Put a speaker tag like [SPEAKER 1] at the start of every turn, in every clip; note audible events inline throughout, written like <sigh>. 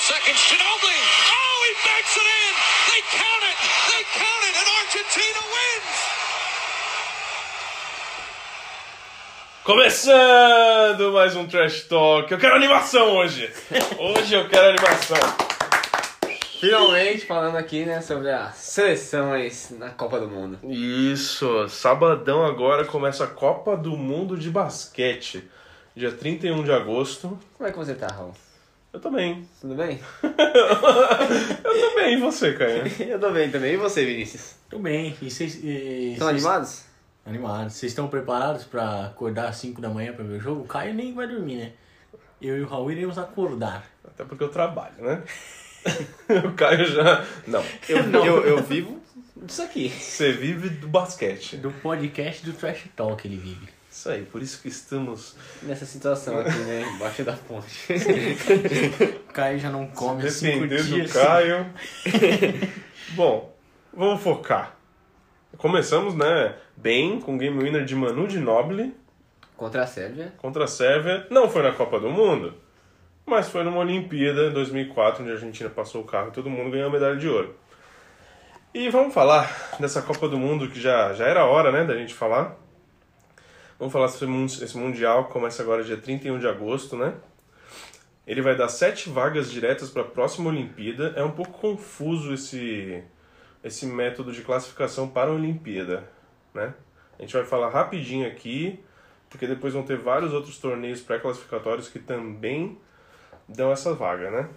[SPEAKER 1] seconds. Ginobili. Oh, he banks it in. They count it. They count it. And Argentina wins.
[SPEAKER 2] Começando mais um Trash Talk. Eu quero animação hoje. Hoje eu quero animação.
[SPEAKER 3] Finalmente falando aqui, né, sobre as seleções na Copa do Mundo.
[SPEAKER 2] Isso. Sabadão agora começa a Copa do Mundo de Basquete. Dia 31 de agosto.
[SPEAKER 3] Como é que você tá, Raul?
[SPEAKER 2] Eu também.
[SPEAKER 3] Tudo bem?
[SPEAKER 2] Eu também, e você, Caio?
[SPEAKER 3] <laughs> Eu tô bem também. E você, Vinícius?
[SPEAKER 4] Tudo bem, e vocês. e-
[SPEAKER 3] Estão
[SPEAKER 4] vocês-
[SPEAKER 3] animados?
[SPEAKER 4] Animados. Vocês estão preparados pra acordar às 5 da manhã pra ver o jogo? O Caio nem vai dormir, né? Eu e o Raul iremos acordar.
[SPEAKER 2] Até porque eu trabalho, né? <laughs> o Caio já. Não.
[SPEAKER 3] Eu,
[SPEAKER 4] Não.
[SPEAKER 3] eu, eu vivo disso aqui.
[SPEAKER 2] Você vive do basquete.
[SPEAKER 4] Do podcast do Trash Talk ele vive.
[SPEAKER 2] Isso aí, por isso que estamos.
[SPEAKER 3] Nessa situação aqui, né, embaixo da ponte. <laughs>
[SPEAKER 4] O Caio já não come há 5
[SPEAKER 2] Depender
[SPEAKER 4] dias.
[SPEAKER 2] do Assim, Caio. Bom, vamos focar. Começamos, né, bem com o game winner de Manu Ginóbili
[SPEAKER 3] Contra a Sérvia.
[SPEAKER 2] contra a Sérvia. Não foi na Copa do Mundo, mas foi numa Olimpíada em 2004, onde a Argentina passou o carro e todo mundo ganhou a medalha de ouro. E vamos falar dessa Copa do Mundo, que já, já era hora, né, da gente falar. Vamos falar sobre mun- esse Mundial, que começa agora dia 31 de agosto, né? Ele vai dar sete vagas diretas para a próxima Olimpíada. É um pouco confuso esse, esse método de classificação para a Olimpíada, né? A gente vai falar rapidinho aqui, porque depois vão ter vários outros torneios pré-classificatórios que também dão essa vaga, né?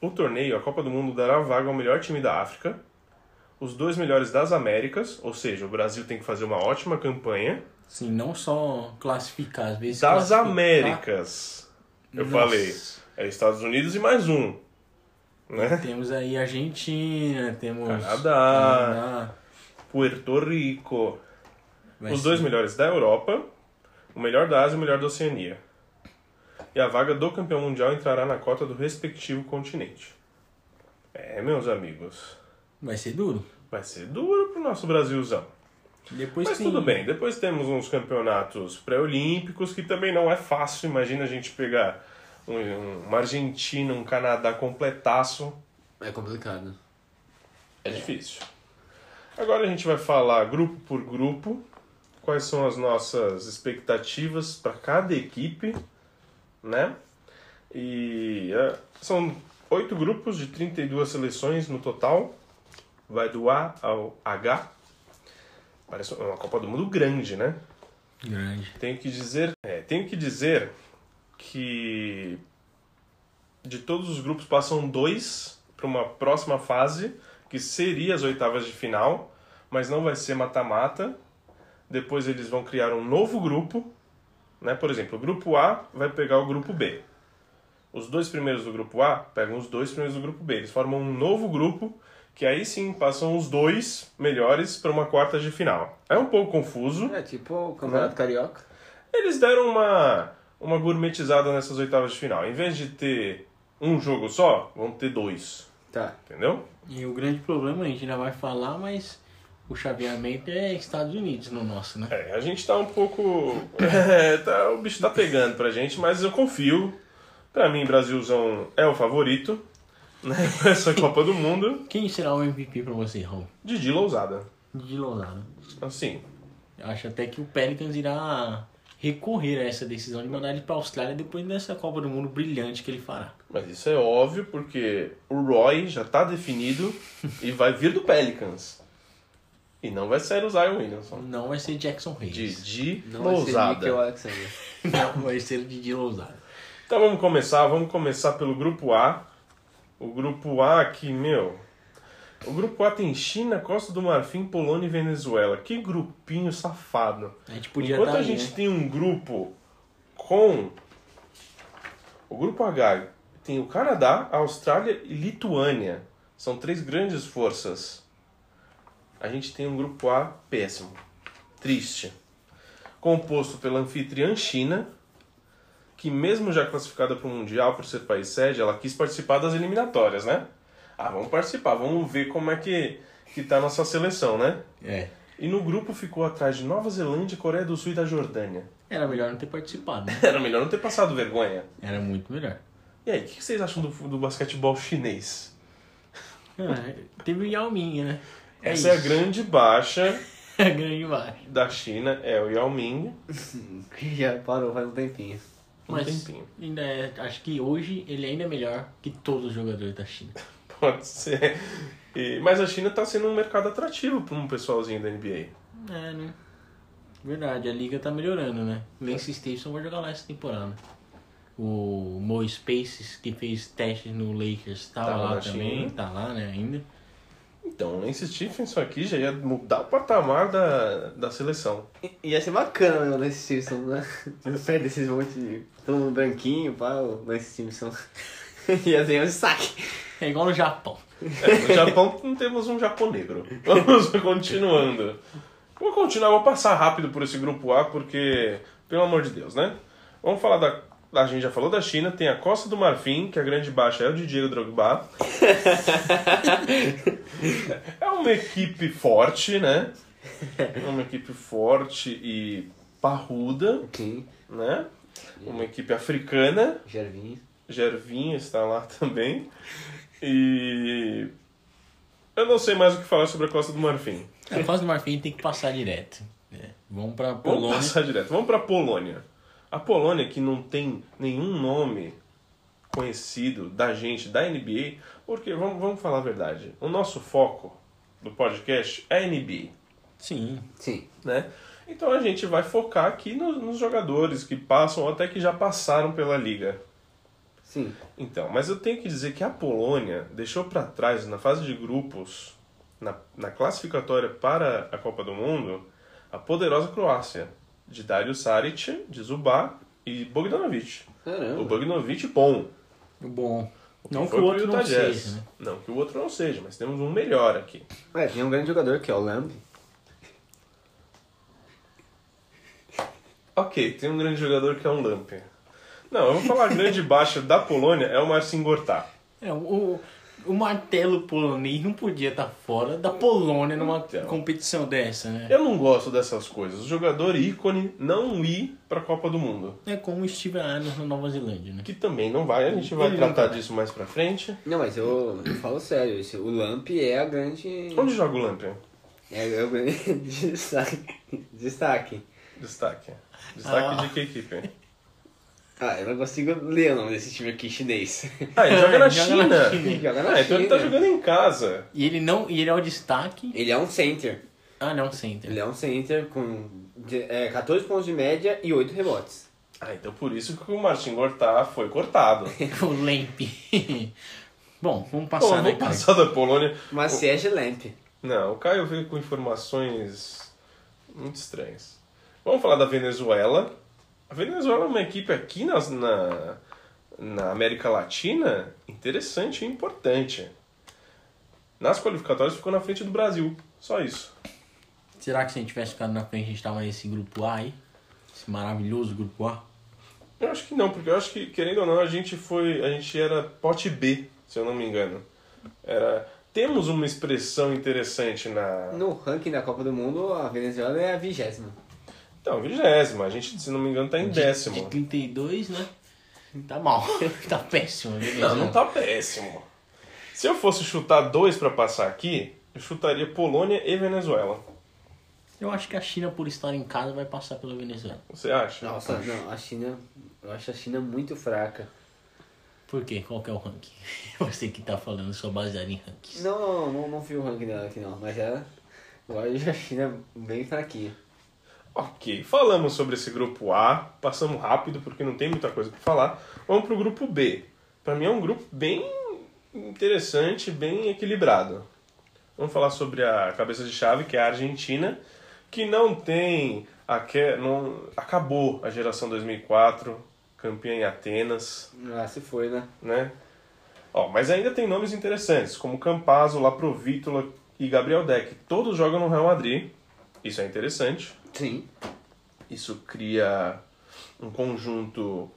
[SPEAKER 2] O torneio, a Copa do Mundo, dará vaga ao melhor time da África, os dois melhores das Américas, ou seja, o Brasil tem que fazer uma ótima campanha,
[SPEAKER 4] Sim, não só classificar, às vezes.
[SPEAKER 2] das
[SPEAKER 4] classificar-
[SPEAKER 2] Américas. Eu
[SPEAKER 4] Nossa.
[SPEAKER 2] falei, é Estados Unidos e mais um, né?
[SPEAKER 4] Temos aí Argentina, temos.
[SPEAKER 2] Canadá. Puerto Rico.
[SPEAKER 4] Vai
[SPEAKER 2] Os
[SPEAKER 4] ser-
[SPEAKER 2] dois melhores da Europa, o melhor da Ásia e o melhor da Oceania. E a vaga do campeão mundial entrará na cota do respectivo continente. É, meus amigos,
[SPEAKER 4] Vai ser duro.
[SPEAKER 2] vai ser duro pro nosso Brasilzão.
[SPEAKER 4] Depois
[SPEAKER 2] Mas
[SPEAKER 4] tem-
[SPEAKER 2] tudo bem, depois temos uns campeonatos pré-olímpicos que também não é fácil. Imagina a gente pegar um, um- uma Argentina, um Canadá completaço.
[SPEAKER 3] É complicado.
[SPEAKER 2] É difícil. Agora a gente vai falar grupo por grupo, quais são as nossas expectativas para cada equipe, né? E é, são oito grupos de 32 seleções no total, vai do A ao H. Parece uma Copa do Mundo grande, né?
[SPEAKER 4] Grande.
[SPEAKER 2] Tenho que dizer, é, tenho que dizer que de todos os grupos passam dois para uma próxima fase, que seria as oitavas de final, mas não vai ser mata-mata. Depois eles vão criar um novo grupo, né? Por exemplo, o grupo A vai pegar o grupo B. Os dois primeiros do grupo A pegam os dois primeiros do grupo B. Eles formam um novo grupo que aí sim passam os dois melhores para uma quarta de final. É um pouco confuso.
[SPEAKER 3] É tipo o Campeonato Carioca.
[SPEAKER 2] Eles deram uma, uma gourmetizada nessas oitavas de final. Em vez de ter um jogo só, vão ter dois.
[SPEAKER 3] Tá.
[SPEAKER 2] Entendeu?
[SPEAKER 4] E o grande problema, a gente ainda vai falar, mas o chaveamento é Estados Unidos no nosso, né?
[SPEAKER 2] É, a gente tá um pouco. <laughs> é, tá, o bicho tá pegando pra gente, mas eu confio. Pra mim, Brasilzão é o favorito. <laughs> Né? pra Essa Copa do Mundo.
[SPEAKER 4] Quem será o MVP pra você, Raul?
[SPEAKER 2] Didi Lousada.
[SPEAKER 4] De Lousada.
[SPEAKER 2] Assim.
[SPEAKER 4] Eu acho até que o Pelicans irá recorrer a essa decisão de mandar ele pra Austrália depois dessa Copa do Mundo brilhante que ele fará.
[SPEAKER 2] Mas isso é óbvio porque o Roy já tá definido e vai vir do Pelicans. E não vai ser o Zion Williamson.
[SPEAKER 4] Não vai ser Jackson Hayes.
[SPEAKER 2] Didi
[SPEAKER 3] Não vai ser
[SPEAKER 2] Lousada.
[SPEAKER 3] Nickel Alexander.
[SPEAKER 4] <laughs> Não vai ser o Didi Lousada.
[SPEAKER 2] Então vamos começar, vamos começar pelo grupo A. O grupo A aqui, meu. O grupo A tem China, Costa do Marfim, Polônia e Venezuela. Que grupinho safado.
[SPEAKER 4] A gente podia
[SPEAKER 2] Enquanto
[SPEAKER 4] estar
[SPEAKER 2] a
[SPEAKER 4] ali,
[SPEAKER 2] gente
[SPEAKER 4] né?
[SPEAKER 2] tem um grupo com o grupo H, tem o Canadá, a Austrália e Lituânia. São três grandes forças. A gente tem um grupo A péssimo, triste, composto pela anfitriã China, que mesmo já classificada para o mundial por ser país sede, ela quis participar das eliminatórias, né? Ah, vamos participar, vamos ver como é que que tá a nossa seleção, né?
[SPEAKER 4] É.
[SPEAKER 2] E no grupo ficou atrás de Nova Zelândia, Coreia do Sul e da Jordânia. <laughs>
[SPEAKER 4] Era melhor não ter participado, né?
[SPEAKER 2] Era melhor não ter passado vergonha.
[SPEAKER 4] Era muito melhor.
[SPEAKER 2] E aí, o que vocês acham do, do basquetebol chinês?
[SPEAKER 4] Ah, teve o Yao Ming, né?
[SPEAKER 2] Essa é a
[SPEAKER 4] isso.
[SPEAKER 2] grande baixa
[SPEAKER 4] <laughs> É a grande baixa.
[SPEAKER 2] da China, é o Yao Ming. <laughs>
[SPEAKER 3] Que <laughs> já parou faz um tempinho.
[SPEAKER 2] Um
[SPEAKER 4] Mas
[SPEAKER 2] tempinho.
[SPEAKER 4] ainda é- acho que hoje ele ainda é melhor que todos os jogadores da China.
[SPEAKER 2] Pode ser. E- mas a China tá sendo um mercado atrativo para um pessoalzinho da NBA.
[SPEAKER 4] É, né? Verdade, a liga tá melhorando, né? Lance Stevenson vai jogar lá essa temporada. O Mo Spaces, que fez testes no Lakers, tava
[SPEAKER 2] Tava
[SPEAKER 4] lá
[SPEAKER 2] na
[SPEAKER 4] também,
[SPEAKER 2] China.
[SPEAKER 4] tá lá, né, ainda.
[SPEAKER 2] Então, Lance Stephenson aqui já ia mudar o patamar da, da seleção.
[SPEAKER 3] I- Ia ser bacana mesmo o Lance Simpson, né? <laughs> Perde esses monte de. Todo mundo branquinho, pá, o Lance Simpson. <laughs> Ia ser um saque.
[SPEAKER 4] É igual no Japão.
[SPEAKER 2] É, no Japão não temos um Japão negro. <laughs> Vamos continuando. Vou continuar, vou passar rápido por esse grupo A, porque, pelo amor de Deus, né? Vamos falar da. A gente já falou da China, tem a Costa do Marfim, que a grande baixa é o de Diego Drogba. é uma equipe forte, né? É uma equipe forte e parruda,
[SPEAKER 3] Ok,
[SPEAKER 2] né? Uma equipe africana.
[SPEAKER 3] Gervinho.
[SPEAKER 2] Gervinho está lá <laughs> também. E. Eu não sei mais o que falar sobre a Costa do Marfim.
[SPEAKER 4] A Costa É, do Marfim tem que passar direto. né? Vamos pra
[SPEAKER 2] Vamos
[SPEAKER 4] Polônia.
[SPEAKER 2] passar direto. Vamos para Polônia. A Polônia, que não tem nenhum nome conhecido da gente, da NBA, porque, vamos, vamos falar a verdade, o nosso foco do podcast é NBA,
[SPEAKER 4] Sim.
[SPEAKER 3] Sim.
[SPEAKER 2] né? Então a gente vai focar aqui no- nos jogadores que passam ou até que já passaram pela liga.
[SPEAKER 3] Sim.
[SPEAKER 2] Então, mas eu tenho que dizer que a Polônia deixou para trás na fase de grupos, na, na classificatória para a Copa do Mundo, a poderosa Croácia, de Dario Saric, de Zuba e Bogdanovic. O
[SPEAKER 3] Caramba.
[SPEAKER 2] Bogdanovic bom.
[SPEAKER 4] Bom. Não que
[SPEAKER 2] Foi
[SPEAKER 4] o
[SPEAKER 2] pro
[SPEAKER 4] outro
[SPEAKER 2] Utah
[SPEAKER 4] não
[SPEAKER 2] Jazz.
[SPEAKER 4] seja, né?
[SPEAKER 2] Não que o outro não seja, mas temos um melhor aqui.
[SPEAKER 3] É, tem um grande jogador que é o Lamb.
[SPEAKER 2] Ok, tem um grande jogador que é um Lamper. Não, eu vou
[SPEAKER 4] <laughs>
[SPEAKER 2] falar a grande baixa da Polônia é o Marcin Gortá.
[SPEAKER 4] É, o, o martelo polonês não podia estar fora da Polônia numa
[SPEAKER 2] Então.
[SPEAKER 4] competição dessa, né?
[SPEAKER 2] Eu não gosto dessas coisas. O jogador ícone não ir para a Copa do Mundo.
[SPEAKER 4] É como o Steven Adams na Nova Zelândia, né?
[SPEAKER 2] que também não vai, a gente vai
[SPEAKER 4] Ele não
[SPEAKER 2] tratar
[SPEAKER 4] vai.
[SPEAKER 2] disso mais pra frente.
[SPEAKER 3] Não, mas eu, eu falo sério, esse- o Lamp é a grande.
[SPEAKER 2] Onde joga o Lampion?
[SPEAKER 3] É, é o grande <laughs> destaque. destaque.
[SPEAKER 2] Destaque. Destaque
[SPEAKER 4] Ah.
[SPEAKER 2] de que equipe?
[SPEAKER 3] Ah, eu não consigo ler o nome desse time aqui chinês. <laughs>
[SPEAKER 2] Ah, ele joga na
[SPEAKER 4] Ele <laughs> joga na
[SPEAKER 2] China.
[SPEAKER 4] China.
[SPEAKER 3] Joga na
[SPEAKER 2] Ah, então ele tá
[SPEAKER 3] China.
[SPEAKER 2] jogando em casa.
[SPEAKER 4] E ele não. E ele é o destaque.
[SPEAKER 3] Ele é um center.
[SPEAKER 4] Ah, não,
[SPEAKER 2] <laughs>
[SPEAKER 4] center.
[SPEAKER 3] Ele é um center com de- é, 14 pontos de média e 8 rebotes.
[SPEAKER 2] Ah, então por isso que o Martin Gortá foi cortado.
[SPEAKER 4] O Lemp. <laughs> Bom, vamos
[SPEAKER 2] Bom,
[SPEAKER 4] passar,
[SPEAKER 2] eu
[SPEAKER 4] né,
[SPEAKER 2] vou
[SPEAKER 4] cara?
[SPEAKER 2] passar da Polônia.
[SPEAKER 3] Mas se é Lamp.
[SPEAKER 2] Não, o Caio veio com informações muito estranhas. Vamos falar da Venezuela. A Venezuela é uma equipe aqui nas- na, na América Latina interessante e importante. Nas qualificatórias ficou na frente do Brasil. Só isso.
[SPEAKER 4] Será que se a gente tivesse ficado na frente, a gente tava nesse grupo A aí? Esse maravilhoso grupo A?
[SPEAKER 2] Eu acho que não, porque eu acho que, querendo ou não, a gente foi. A gente era pote B, se eu não me engano. Era. Temos uma expressão interessante na.
[SPEAKER 3] No ranking da Copa do Mundo, a Venezuela é a vigésima.
[SPEAKER 2] Então, vigésima. A gente, se não me engano, tá em décimo.
[SPEAKER 4] De, de 32, né? Tá mal. <laughs> tá péssimo, beleza.
[SPEAKER 2] Não, não tá péssimo. Se eu fosse chutar dois pra passar aqui, eu chutaria Polônia e Venezuela.
[SPEAKER 4] Eu acho que a China, por estar em casa, vai passar pela Venezuela.
[SPEAKER 2] Você acha?
[SPEAKER 3] Nossa, não, a China. Eu acho a China muito fraca.
[SPEAKER 4] Por quê? Qual que é o ranking? <laughs> Você que tá falando só baseado em rankings.
[SPEAKER 3] Não, não, não, não vi o ranking dela aqui não, mas ela. Eu acho a China bem fraquinha.
[SPEAKER 2] Ok, falamos sobre esse grupo A, passamos rápido porque não tem muita coisa pra falar. Vamos pro grupo B. Pra mim é um grupo bem interessante, bem equilibrado. Vamos falar sobre a cabeça de chave, que é a Argentina, que não tem aque- não acabou a geração 2004, campeã em Atenas,
[SPEAKER 3] Ah, se foi, né?
[SPEAKER 2] né? Ó, mas ainda tem nomes interessantes, como Campazzo, Laprovítula e Gabriel Deck. Todos jogam no Real Madrid. Isso é interessante.
[SPEAKER 3] Sim.
[SPEAKER 2] Isso cria um conjunto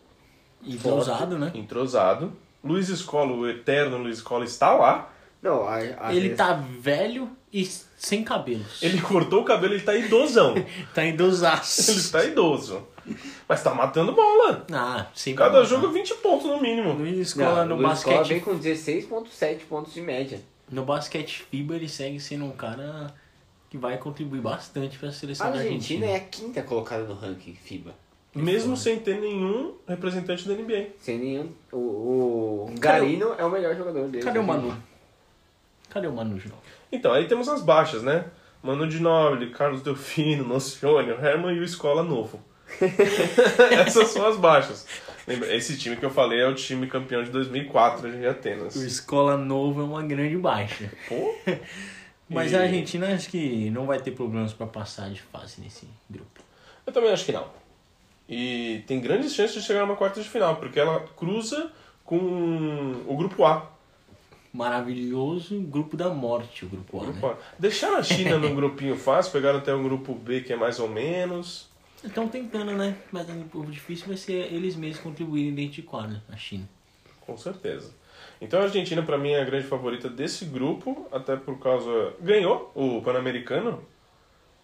[SPEAKER 4] E ousado, né?
[SPEAKER 2] entrosado. Luiz Escola, o eterno Luiz Escola, está lá.
[SPEAKER 3] Não, a, a
[SPEAKER 4] Ele tá velho e sem cabelos.
[SPEAKER 2] Ele cortou o cabelo, ele tá idosão. <laughs>
[SPEAKER 4] tá indo os
[SPEAKER 2] ele
[SPEAKER 4] aços.
[SPEAKER 2] tá idoso. Mas tá matando bola.
[SPEAKER 4] Ah, sim.
[SPEAKER 2] Cada jogo 20 pontos no mínimo.
[SPEAKER 4] No escola, no basquete,
[SPEAKER 3] vem com 16.7 pontos de média.
[SPEAKER 4] no basquete FIBA ele segue sendo um cara que vai contribuir bastante pra
[SPEAKER 3] A
[SPEAKER 4] seleção da
[SPEAKER 3] Argentina é a quinta colocada no ranking FIBA.
[SPEAKER 2] Mesmo sem ter nenhum representante da NBA.
[SPEAKER 3] Sem nenhum... O, o Garino é o melhor jogador dele.
[SPEAKER 4] Cadê o Manu? Cadê o Manu João?
[SPEAKER 2] Então, aí temos as baixas, né? Mano de Nobre, Carlos Delfino, <laughs> Nocione, o Herman e o Escola Novo. <laughs> Essas são as baixas. Lembra, esse time que eu falei é o time campeão de 2004 de Atenas.
[SPEAKER 4] O Escola Novo é uma grande baixa.
[SPEAKER 2] Pô.
[SPEAKER 4] Mas
[SPEAKER 2] E-
[SPEAKER 4] a Argentina acho que não vai ter problemas pra passar de fase nesse grupo.
[SPEAKER 2] Eu também acho que não. E tem grandes chances de chegar numa quarta de final, porque ela cruza com o grupo A.
[SPEAKER 4] Maravilhoso grupo da morte, o grupo A, né?
[SPEAKER 2] Grupo A. Deixaram a China num grupinho fácil, pegaram até um grupo B que é mais ou menos.
[SPEAKER 4] Estão tentando, né? Mas o difícil vai ser eles mesmos contribuírem dentro de quadra, a China.
[SPEAKER 2] Com certeza. Então a Argentina, pra mim, é a grande favorita desse grupo, até por causa. Ganhou o Pan-Americano,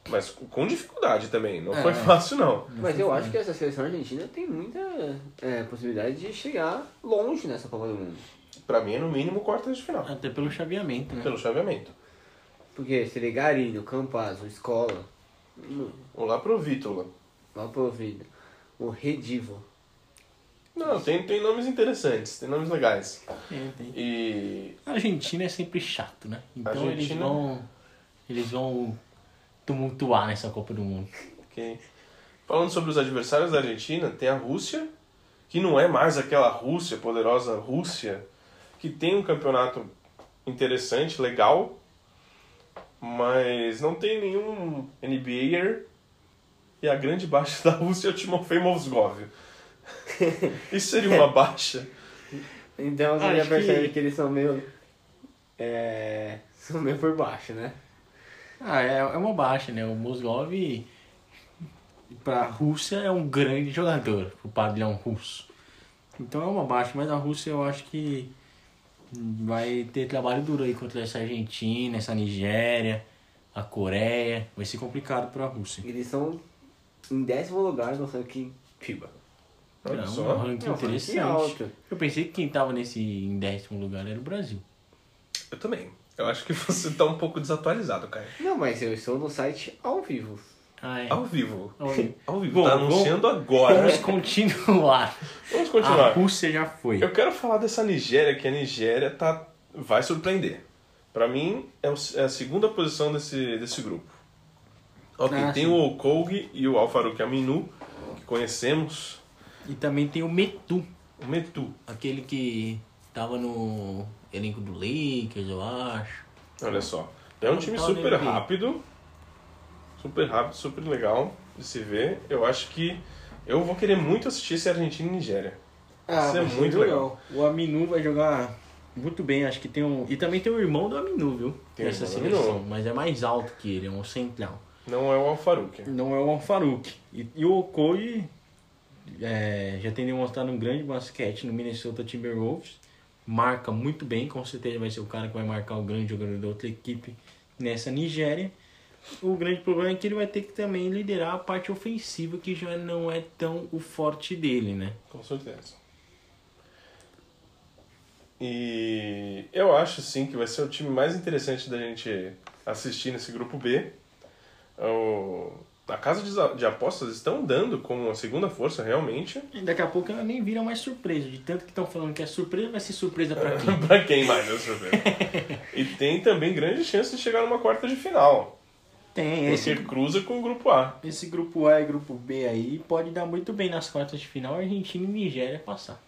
[SPEAKER 2] mas com dificuldade também. Não
[SPEAKER 4] É.
[SPEAKER 2] foi fácil, não.
[SPEAKER 3] Mas eu acho que essa seleção argentina tem muita é, possibilidade de chegar longe nessa Copa do Mundo.
[SPEAKER 2] Pra mim é no mínimo quarta de final,
[SPEAKER 4] Até pelo chaveamento, né?
[SPEAKER 2] pelo chaveamento.
[SPEAKER 3] Porque seria Garino, Campazzo, Escola,
[SPEAKER 2] Vamos lá pro Vítola.
[SPEAKER 3] Valprovida, o Redivo.
[SPEAKER 2] Não, tem, tem nomes interessantes, tem nomes legais.
[SPEAKER 4] É, tem.
[SPEAKER 2] E
[SPEAKER 4] A Argentina é sempre chato, né? Então eles
[SPEAKER 2] Argentina-
[SPEAKER 4] vão. Eles vão tumultuar nessa Copa do Mundo.
[SPEAKER 2] Ok. Falando sobre os adversários da Argentina, tem a Rússia, que não é mais aquela Rússia, poderosa Rússia, que tem um campeonato interessante, legal, mas não tem nenhum NBAer. E a grande baixa <laughs> da Rússia é o Timofey <laughs> Mozgov. Isso seria uma baixa?
[SPEAKER 3] Então você
[SPEAKER 4] Acho
[SPEAKER 3] já percebe
[SPEAKER 4] que-
[SPEAKER 3] que... eles são meio. É. São meio por baixo, né?
[SPEAKER 4] Ah, é, é uma baixa, né? O Mozgov, pra Rússia, é um grande jogador, pro padrão russo. Então é uma baixa, mas a Rússia eu acho que vai ter trabalho duro aí contra essa Argentina, essa Nigéria, a Coreia. Vai ser complicado pra Rússia.
[SPEAKER 3] Eles são em décimo lugar no ranking FIBA.
[SPEAKER 2] Olha
[SPEAKER 4] Não,
[SPEAKER 2] só.
[SPEAKER 4] um ranking
[SPEAKER 3] É um ranking
[SPEAKER 4] interessante.
[SPEAKER 3] alto.
[SPEAKER 4] Eu pensei que quem tava nesse em décimo lugar era o Brasil.
[SPEAKER 2] Eu também. Eu acho que você tá um pouco desatualizado, cara.
[SPEAKER 3] Não, mas eu estou no site ao vivo.
[SPEAKER 4] Ah, é.
[SPEAKER 2] Ao vivo.
[SPEAKER 4] Ao vivo.
[SPEAKER 2] Ao vivo.
[SPEAKER 4] Bom,
[SPEAKER 2] tá
[SPEAKER 4] vamos-
[SPEAKER 2] anunciando agora.
[SPEAKER 4] Vamos continuar.
[SPEAKER 2] Vamos continuar.
[SPEAKER 4] A Rússia já foi.
[SPEAKER 2] Eu quero falar dessa Nigéria, que a Nigéria tá, vai surpreender. Pra mim, é, o- é a segunda posição desse, desse grupo. Ok,
[SPEAKER 4] Ah,
[SPEAKER 2] tem
[SPEAKER 4] sim.
[SPEAKER 2] o Okoug e o Alfaruk Aminu, que conhecemos.
[SPEAKER 4] E também tem o Metu,
[SPEAKER 2] O Metu.
[SPEAKER 4] aquele que tava no elenco do Lakers, eu acho.
[SPEAKER 2] Olha só. É um time
[SPEAKER 4] Não,
[SPEAKER 2] super
[SPEAKER 4] nem vi.
[SPEAKER 2] rápido. Super rápido, super legal de se ver. Eu acho que eu vou querer muito assistir esse Argentina e Nigéria. Isso é muito legal.
[SPEAKER 4] Ah, O Aminu vai jogar muito bem, acho que tem um. E também tem o irmão do Aminu, viu?
[SPEAKER 2] Tem o
[SPEAKER 4] Nessa
[SPEAKER 2] irmão do
[SPEAKER 4] seleção,
[SPEAKER 2] Aminu.
[SPEAKER 4] mas é mais alto que ele, é um central.
[SPEAKER 2] Não é o Alfaruk.
[SPEAKER 4] Não é o Alfaruk. E, e o Okoi é, já tem demonstrado um grande basquete no Minnesota Timberwolves. Marca muito bem, com certeza vai ser o cara que vai marcar o grande jogador da outra equipe nessa Nigéria. O grande problema é que ele vai ter que também liderar a parte ofensiva, que já não é tão o forte dele, né?
[SPEAKER 2] Com certeza. E eu acho sim que vai ser o time mais interessante da gente assistir nesse grupo B. É O... A casa de- de apostas estão dando como a segunda força realmente. <laughs>
[SPEAKER 4] E daqui a pouco ela nem vira mais surpresa, de tanto que estão falando que é surpresa, vai ser surpresa pra quem?
[SPEAKER 2] pra quem mais, meu senhor? E tem também grande chance de chegar numa quarta de final.
[SPEAKER 4] <laughs> Tem, é esse
[SPEAKER 2] Porque cruza com o grupo A.
[SPEAKER 4] Esse grupo A e grupo B aí pode dar muito bem nas quartas de final, Argentina e Nigéria passar.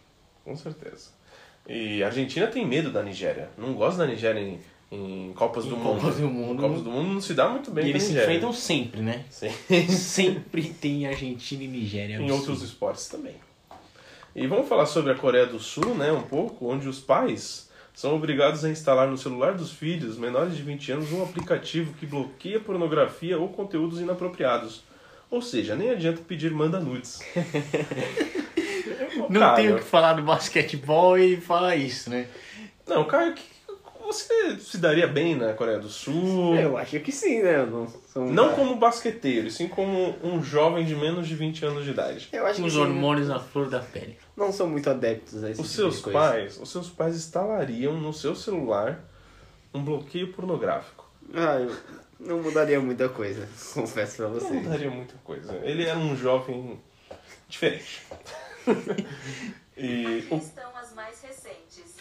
[SPEAKER 2] Com certeza. E a Argentina tem medo da Nigéria. Não gosta da Nigéria em, em Copas
[SPEAKER 4] Em
[SPEAKER 2] do
[SPEAKER 4] Copas
[SPEAKER 2] Mundo.
[SPEAKER 4] do Mundo.
[SPEAKER 2] Copas do Mundo não se dá muito bem
[SPEAKER 4] E
[SPEAKER 2] com a
[SPEAKER 4] eles se
[SPEAKER 2] Nigéria.
[SPEAKER 4] enfrentam sempre, né? <laughs>
[SPEAKER 2] Sim.
[SPEAKER 4] Sempre tem Argentina e Nigéria.
[SPEAKER 2] em
[SPEAKER 4] absurdo.
[SPEAKER 2] outros esportes também. E vamos falar sobre a Coreia do Sul, né, um pouco, onde os pais são obrigados a instalar no celular dos filhos menores de 20 anos um aplicativo que bloqueia pornografia ou conteúdos inapropriados. Ou seja, nem adianta pedir manda nudes.
[SPEAKER 4] Não
[SPEAKER 2] Cara,
[SPEAKER 4] tenho o que falar do basquetebol e falar isso, né?
[SPEAKER 2] Não, cara, que- Você se daria bem na Coreia do Sul?
[SPEAKER 3] Eu acho que sim, né? Eu não sou um
[SPEAKER 2] Não
[SPEAKER 3] cara-
[SPEAKER 2] como basqueteiro, e sim como um jovem de menos de 20 anos de idade.
[SPEAKER 3] Eu acho
[SPEAKER 4] Com os
[SPEAKER 3] que sim. né?
[SPEAKER 4] hormônios na flor da pele.
[SPEAKER 3] não são muito adeptos a esse
[SPEAKER 2] Os
[SPEAKER 3] tipo
[SPEAKER 2] seus
[SPEAKER 3] de coisa.
[SPEAKER 2] pais, os seus pais instalariam no seu celular um bloqueio pornográfico.
[SPEAKER 3] Ah, eu não mudaria muita coisa, <laughs> confesso pra
[SPEAKER 2] Não
[SPEAKER 3] vocês.
[SPEAKER 2] Então mudaria muita coisa. Ele era um jovem
[SPEAKER 3] <laughs>
[SPEAKER 2] diferente. e
[SPEAKER 5] Aqui
[SPEAKER 2] o
[SPEAKER 5] estão as mais recentes.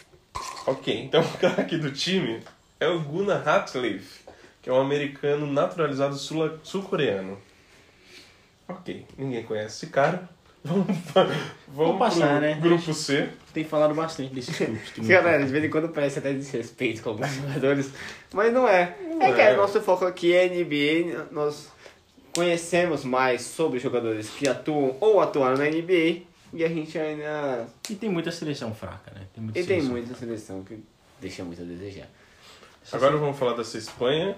[SPEAKER 2] Ok, então o craque do time é o Gunnar Ratcliffe, que é um americano naturalizado sula- sul-coreano. Ok, ninguém conhece esse cara. <laughs> Vamos, vamos
[SPEAKER 4] passar,
[SPEAKER 2] pro
[SPEAKER 4] né?
[SPEAKER 2] grupo C.
[SPEAKER 4] Tem falado bastante desses <laughs> clubes. que não-
[SPEAKER 3] Galera, né, de vez em quando parece até desrespeito com alguns <laughs> jogadores, mas não é. é que
[SPEAKER 2] é.
[SPEAKER 3] é, nosso foco aqui é NBA, nós conhecemos mais sobre jogadores que atuam ou atuaram na NBA e a gente ainda.
[SPEAKER 4] E tem muita seleção fraca, né? Tem muita
[SPEAKER 3] E tem
[SPEAKER 4] seleção.
[SPEAKER 3] muita seleção que deixa muito a desejar.
[SPEAKER 2] Agora vamos falar dessa Espanha.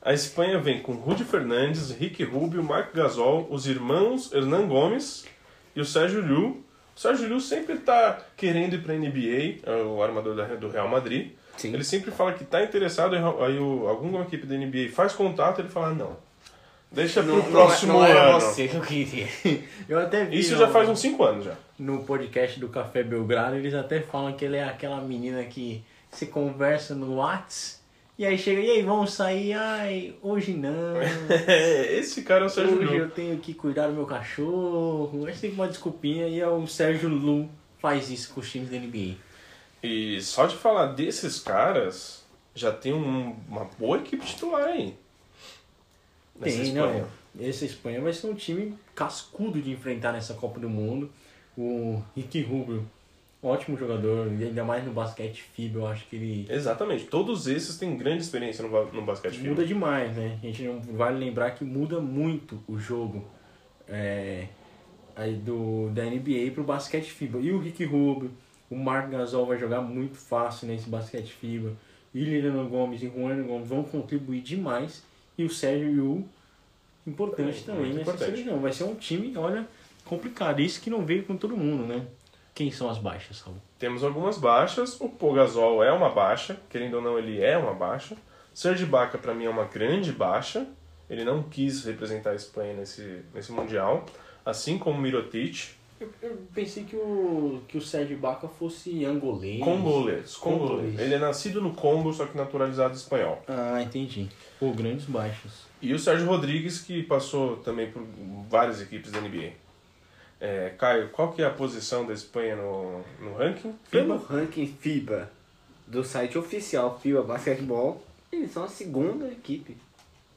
[SPEAKER 2] A Espanha vem com Rudy Fernandes, Rick Rubio, Marco Gasol, os irmãos Hernan Gomes e o Sérgio Liu. O Sérgio Liu sempre tá querendo ir pra NBA, é o armador da- do Real Madrid.
[SPEAKER 3] Sim.
[SPEAKER 2] Ele sempre fala que tá interessado, aí o- aí o, alguma equipe da NBA faz contato, ele fala "Ah, não. Deixa pro
[SPEAKER 4] é-
[SPEAKER 2] próximo
[SPEAKER 3] não, é assim. era
[SPEAKER 2] ano.
[SPEAKER 3] você que eu queria.
[SPEAKER 4] <laughs> Eu até vi.
[SPEAKER 2] Isso
[SPEAKER 4] no-
[SPEAKER 2] já faz um- uns 5 anos já.
[SPEAKER 4] No podcast do Café Belgrado, eles até falam que ele é aquela menina que se conversa no Whats. E aí chega, e aí, vamos sair? Ai,
[SPEAKER 2] <laughs>
[SPEAKER 4] hoje não.
[SPEAKER 2] Esse cara <laughs> é o Sérgio
[SPEAKER 4] Hoje
[SPEAKER 2] Liu.
[SPEAKER 4] eu tenho que cuidar do meu cachorro. Aí tem uma desculpinha e é o Sérgio Lu faz isso com os times da NBA.
[SPEAKER 2] E só de falar desses caras, já tem um- uma boa equipe titular aí. Nessa
[SPEAKER 4] Tem,
[SPEAKER 2] Espanha.
[SPEAKER 4] não. é? Esse Espanha vai ser um time cascudo de enfrentar nessa Copa do Mundo. O Ricky Rubio, ótimo jogador, e ainda mais no basquete FIBA, eu acho que ele
[SPEAKER 2] Exatamente. Todos esses têm grande experiência no, ba- no basquete
[SPEAKER 4] muda
[SPEAKER 2] feminino.
[SPEAKER 4] demais, né? A gente não vale lembrar que muda muito o jogo é, aí do, da NBA pro basquete FIBA. E o Ricky Rubio, o Mark Gasol vai jogar muito fácil nesse basquete FIBA. E Lilian Gomes e Juan Gomes vão contribuir demais. E o Sérgio Yu Importante
[SPEAKER 2] É, Muito
[SPEAKER 4] também nessa
[SPEAKER 2] importante.
[SPEAKER 4] seleção. Vai ser um time, olha, complicado. Isso que não veio com todo mundo, né? Quem são as baixas, Raul?
[SPEAKER 2] Temos algumas baixas. O Pogazol é uma baixa. Querendo ou não, ele é uma baixa. Serge Baca, pra mim, é uma grande baixa. Ele não quis representar a Espanha nesse, nesse Mundial. Assim como Mirotic.
[SPEAKER 4] Eu, pensei que o, que o Sérgio Baca fosse angolês.
[SPEAKER 2] Congolês. Congolês.
[SPEAKER 4] Congolês.
[SPEAKER 2] Ele é nascido no Congo, só que naturalizado espanhol.
[SPEAKER 4] Ah, entendi. Pô, grandes baixas.
[SPEAKER 2] E o Sérgio Rodrigues, que passou também por várias equipes da NBA. É, Caio, qual que é a posição da Espanha no, no ranking?
[SPEAKER 3] Pelo
[SPEAKER 2] FIBA?
[SPEAKER 3] ranking FIBA do site oficial FIBA Basketball, eles são a segunda equipe.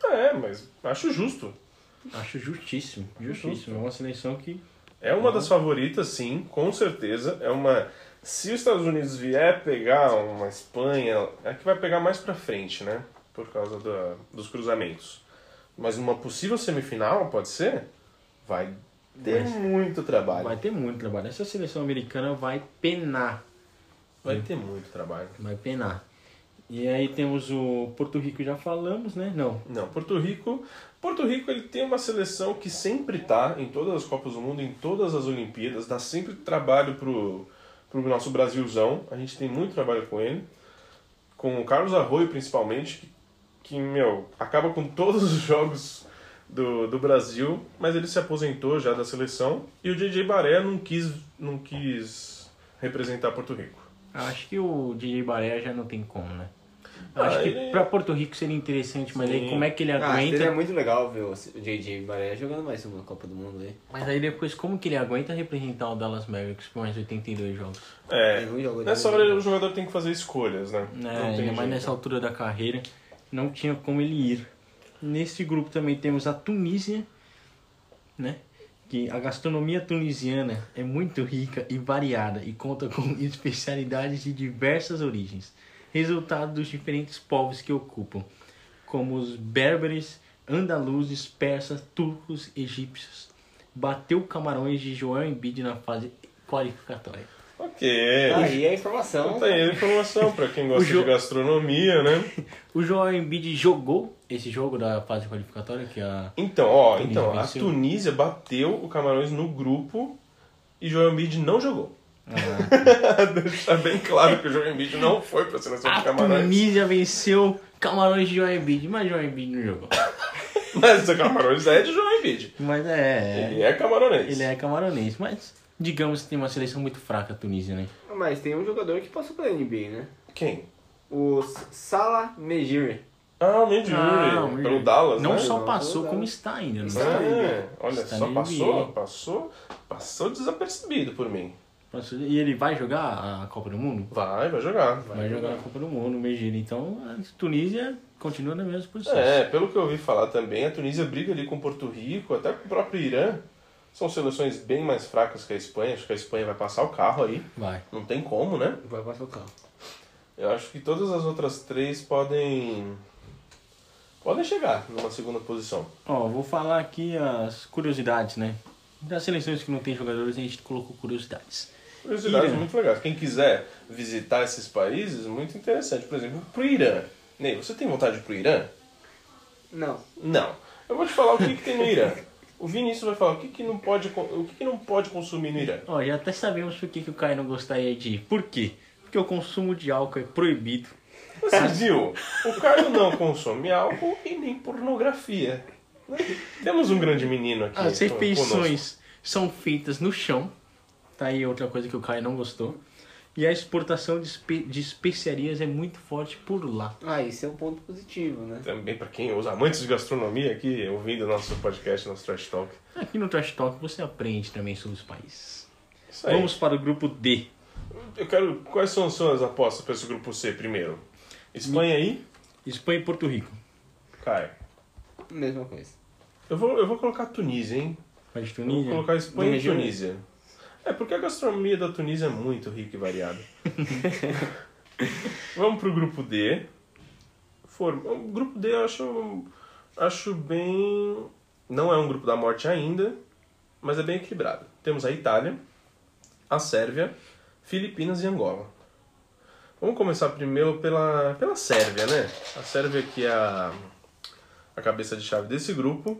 [SPEAKER 2] É, mas acho justo.
[SPEAKER 4] Acho justíssimo. Justíssimo. É uma seleção que.
[SPEAKER 2] É
[SPEAKER 4] Uhum.
[SPEAKER 2] uma das favoritas, sim, com certeza. É uma. Se os Estados Unidos vier pegar uma Espanha, é que vai pegar mais pra frente, né? Por causa da- dos cruzamentos. Mas numa possível semifinal, pode ser? Vai ter
[SPEAKER 4] Mas-
[SPEAKER 2] muito trabalho.
[SPEAKER 4] Vai ter muito trabalho. Essa seleção americana vai penar.
[SPEAKER 2] Vai ter muito trabalho.
[SPEAKER 4] Vai penar. E aí temos o Porto Rico, já falamos, né? Não.
[SPEAKER 2] Não, Porto Rico. Porto Rico ele tem uma seleção que sempre tá em todas as Copas do Mundo, em todas as Olimpíadas, dá sempre trabalho pro, pro nosso Brasilzão. A gente tem muito trabalho com ele. Com o Carlos Arroio, principalmente, que, que meu, acaba com todos os jogos do, do Brasil, mas ele se aposentou já da seleção. E o DJ Baré não quis, não quis representar Porto Rico.
[SPEAKER 4] Acho que o DJ Baré já não tem como, né? Acho
[SPEAKER 2] Ah,
[SPEAKER 4] que
[SPEAKER 2] ele-
[SPEAKER 4] pra Porto Rico seria interessante, mas aí
[SPEAKER 2] Sim.
[SPEAKER 4] como é que ele
[SPEAKER 3] Ah,
[SPEAKER 4] aguenta?
[SPEAKER 3] seria muito legal ver o JJ Baré jogando mais uma Copa do Mundo aí.
[SPEAKER 4] Mas aí depois, como que ele aguenta representar o Dallas Mavericks por mais 82 jogos?
[SPEAKER 2] É,
[SPEAKER 3] Nenhum jogador-
[SPEAKER 2] nessa hora o jogador tem que fazer escolhas, né?
[SPEAKER 4] Né?
[SPEAKER 2] Não tem
[SPEAKER 4] Ainda mais
[SPEAKER 2] jeito.
[SPEAKER 4] nessa altura da carreira, não tinha como ele ir. Nesse grupo também temos a Tunísia, né? Que a gastronomia tunisiana é muito rica e variada e conta com <laughs> especialidades de diversas origens, resultado dos diferentes povos que ocupam, como os berberes, andaluzes, persas, turcos, egípcios. Bateu camarões de João Embiid na fase qualificatória.
[SPEAKER 2] Ok.
[SPEAKER 3] Tá aí a informação.
[SPEAKER 2] Então tá aí a informação pra quem
[SPEAKER 4] O
[SPEAKER 2] gosta
[SPEAKER 4] jo-
[SPEAKER 2] de gastronomia, né?
[SPEAKER 4] O Joel Embiid jogou esse jogo da fase qualificatória, que a...
[SPEAKER 2] Então, ó,
[SPEAKER 4] Tunísia
[SPEAKER 2] então, a
[SPEAKER 4] venceu.
[SPEAKER 2] Tunísia bateu o Camarões no grupo e Joel Embiid não jogou. <laughs> Deixa bem claro que o João Embiid não foi pra seleção de
[SPEAKER 4] Ah. A
[SPEAKER 2] Ah, Camarões.
[SPEAKER 4] Tunísia venceu Camarões de João Embiid, mas João Embiid não jogou.
[SPEAKER 2] Mas o Camarões é de João Embiid.
[SPEAKER 4] Mas é.
[SPEAKER 2] Ele é camaronense.
[SPEAKER 4] Ele é camaronês, mas digamos que tem uma seleção muito fraca a Tunísia, né?
[SPEAKER 3] Mas tem um jogador que passou pela NBA, né?
[SPEAKER 2] Quem?
[SPEAKER 3] O Salah Mejiri.
[SPEAKER 2] Ah, o Mandy
[SPEAKER 4] Ah, o
[SPEAKER 2] Jury. Pelo
[SPEAKER 4] Mandy.
[SPEAKER 2] Dallas,
[SPEAKER 4] Não
[SPEAKER 2] né?
[SPEAKER 4] só
[SPEAKER 3] Não,
[SPEAKER 4] passou,
[SPEAKER 3] não.
[SPEAKER 4] como está ainda. né? Não
[SPEAKER 3] Está.
[SPEAKER 2] É, olha
[SPEAKER 4] Está
[SPEAKER 2] só,
[SPEAKER 4] na
[SPEAKER 2] passou,
[SPEAKER 4] NBA.
[SPEAKER 2] passou, passou desapercebido por mim.
[SPEAKER 4] Passou- E ele vai jogar a Copa do Mundo?
[SPEAKER 2] Vai, vai jogar.
[SPEAKER 4] Vai jogar a Copa do Mundo, Megiri. Então, a Tunísia continua na mesma posição.
[SPEAKER 2] É, pelo que eu ouvi falar também, a Tunísia briga ali com Porto Rico, até com o próprio Irã. São seleções bem mais fracas que a Espanha. Acho que a Espanha vai passar o carro aí.
[SPEAKER 4] Vai.
[SPEAKER 2] Não tem como, né?
[SPEAKER 3] Vai passar o carro.
[SPEAKER 2] Eu acho que todas as outras três podem. podem chegar numa segunda posição.
[SPEAKER 4] Ó, vou falar aqui as curiosidades, né? Das seleções que não tem jogadores, a gente colocou curiosidades.
[SPEAKER 2] Curiosidades
[SPEAKER 4] Irã.
[SPEAKER 2] muito legais. Quem quiser visitar esses países, muito interessante. Por exemplo, pro Irã. Ney, você tem vontade de ir pro Irã?
[SPEAKER 3] Não.
[SPEAKER 2] Não. Eu vou te falar o que, que tem no Irã. O Vinícius vai falar o que, que, não, pode, con- o que, que não pode consumir no Irã.
[SPEAKER 4] Ó, já até sabemos por que, que o Caio não gostaria de ir. Por quê? Porque o consumo de álcool é proibido.
[SPEAKER 2] Ah, Você viu? O Caio não consome álcool e nem pornografia. Temos um grande menino aqui.
[SPEAKER 4] As
[SPEAKER 2] con- conosco.
[SPEAKER 4] refeições são feitas no chão. Tá aí outra coisa que o Caio não gostou. E a exportação de, espe- de especiarias é muito forte por lá.
[SPEAKER 3] Ah, isso é um ponto positivo, né?
[SPEAKER 2] Também para quem usa amantes de gastronomia aqui, ouvindo nosso podcast, nosso Trash Talk.
[SPEAKER 4] Aqui no Trash Talk você aprende também sobre os países.
[SPEAKER 2] Isso aí.
[SPEAKER 4] Vamos para o grupo D.
[SPEAKER 2] Eu quero. Quais são as suas apostas para esse grupo C primeiro? Espanha aí?
[SPEAKER 4] Espanha e Porto Rico.
[SPEAKER 2] Caio.
[SPEAKER 3] Mesma coisa.
[SPEAKER 2] Eu vou, eu vou colocar Tunísia, hein?
[SPEAKER 4] Mas
[SPEAKER 2] Eu vou
[SPEAKER 4] Tunísia.
[SPEAKER 2] colocar Espanha e
[SPEAKER 3] Tunísia.
[SPEAKER 2] Tunísia. É porque a gastronomia da Tunísia é muito rica e variada. Vamos pro grupo D. For... O grupo D eu acho, acho bem. Não é um grupo da morte ainda, mas é bem equilibrado. Temos a Itália, a Sérvia, Filipinas e Angola. Vamos começar primeiro pela, pela Sérvia, né? A Sérvia que é a, a cabeça de chave desse grupo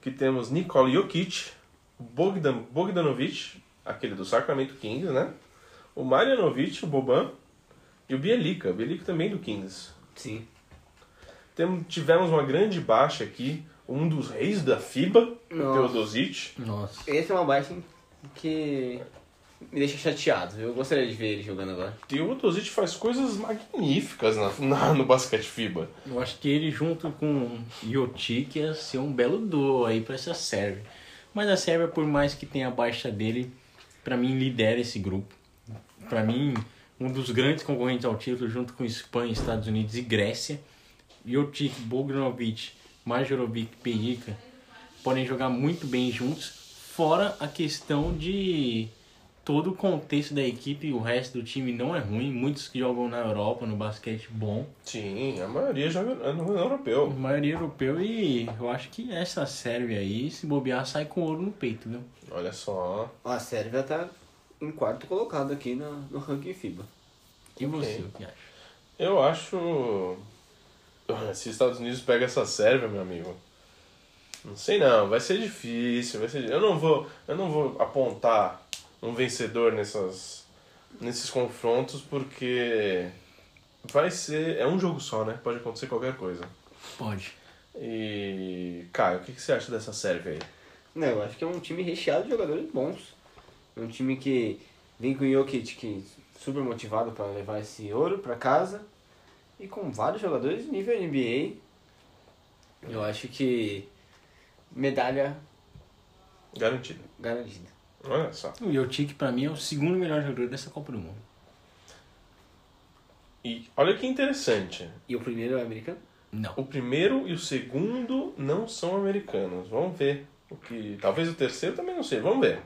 [SPEAKER 2] que temos Nikola Jokic, Bogdan, Bogdanovic, aquele do Sacramento Kings, né? O Marjanovic, o Boban, e o Bielica, o Bielica também do Kings.
[SPEAKER 3] Sim.
[SPEAKER 2] Temos, tivemos uma grande baixa aqui, um dos reis da FIBA, o
[SPEAKER 3] Nossa.
[SPEAKER 2] Teodosic.
[SPEAKER 4] Nossa.
[SPEAKER 3] Esse é uma baixa que me deixa chateado. Eu gostaria de ver ele jogando agora.
[SPEAKER 2] Teodosic faz coisas magníficas na, na- no basquete FIBA.
[SPEAKER 4] Eu acho que ele junto com Jotic ia ser um belo duo aí pra essa Sérvia. Mas a Sérvia, por mais que tenha a baixa dele, pra mim lidera esse grupo. Pra mim, um dos grandes concorrentes ao título, junto com Espanha, Estados Unidos e Grécia. Jotic, Bogdanovic, Majorovic, Perica podem jogar muito bem juntos, fora a questão de todo o contexto da equipe e o resto do time não é ruim. Muitos que jogam na Europa, no basquete bom,
[SPEAKER 2] Sim, a maioria joga no europeu.
[SPEAKER 4] a maioria europeu e eu acho que essa Sérvia aí, se bobear, sai com ouro no peito, viu?
[SPEAKER 2] Olha só.
[SPEAKER 3] Ó, A Sérvia tá em quarto colocado aqui no, no ranking FIBA.
[SPEAKER 4] E você, o que acha?
[SPEAKER 2] Eu acho. <laughs> Se os Estados Unidos pega essa Sérvia, meu amigo. Não sei não, vai ser difícil, vai ser. Eu não vou, eu não vou apontar um vencedor nessas nesses confrontos porque vai ser, é um jogo só, né? Pode acontecer qualquer coisa.
[SPEAKER 4] Pode.
[SPEAKER 2] E Caio, o que, que você acha dessa Sérvia aí?
[SPEAKER 3] Não, eu acho que é um time recheado de jogadores bons. É um time que vem com o Jokic, que super motivado pra levar esse ouro pra casa. E com vários jogadores de nível NBA. Eu acho que medalha
[SPEAKER 2] Garantida.
[SPEAKER 3] garantida.
[SPEAKER 2] Olha só.
[SPEAKER 4] O Jotic, pra mim, é o segundo melhor jogador dessa Copa do Mundo.
[SPEAKER 2] E olha que interessante.
[SPEAKER 3] E o primeiro é americano.
[SPEAKER 4] Não.
[SPEAKER 2] O primeiro e o segundo não são americanos. Vamos ver. O que... Talvez o terceiro também não sei. Vamos ver.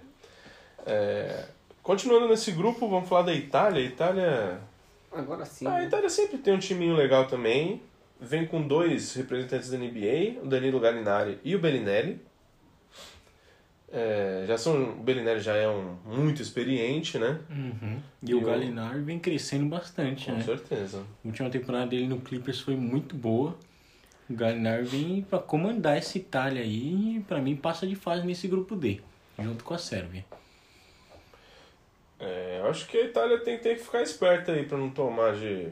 [SPEAKER 2] É, Continuando nesse grupo, vamos falar da Itália. A Itália.
[SPEAKER 3] Agora sim.
[SPEAKER 2] Ah, a
[SPEAKER 3] né?
[SPEAKER 2] Itália sempre tem um timinho legal também. Vem com dois representantes da NBA, o Danilo Gallinari e o Bellinelli. É, já são, o Bellinelli já é um muito experiente, né?
[SPEAKER 4] Uhum. E,
[SPEAKER 2] E
[SPEAKER 4] o
[SPEAKER 2] o-
[SPEAKER 4] Galinari vem crescendo bastante,
[SPEAKER 2] Com
[SPEAKER 4] né?
[SPEAKER 2] certeza.
[SPEAKER 4] A última temporada dele no Clippers foi muito boa. O Galinari vem pra comandar essa Itália aí e pra mim passa de fase nesse grupo D, junto com a Sérvia.
[SPEAKER 2] É, eu acho que a Itália tem, tem que ficar esperta aí pra não tomar de,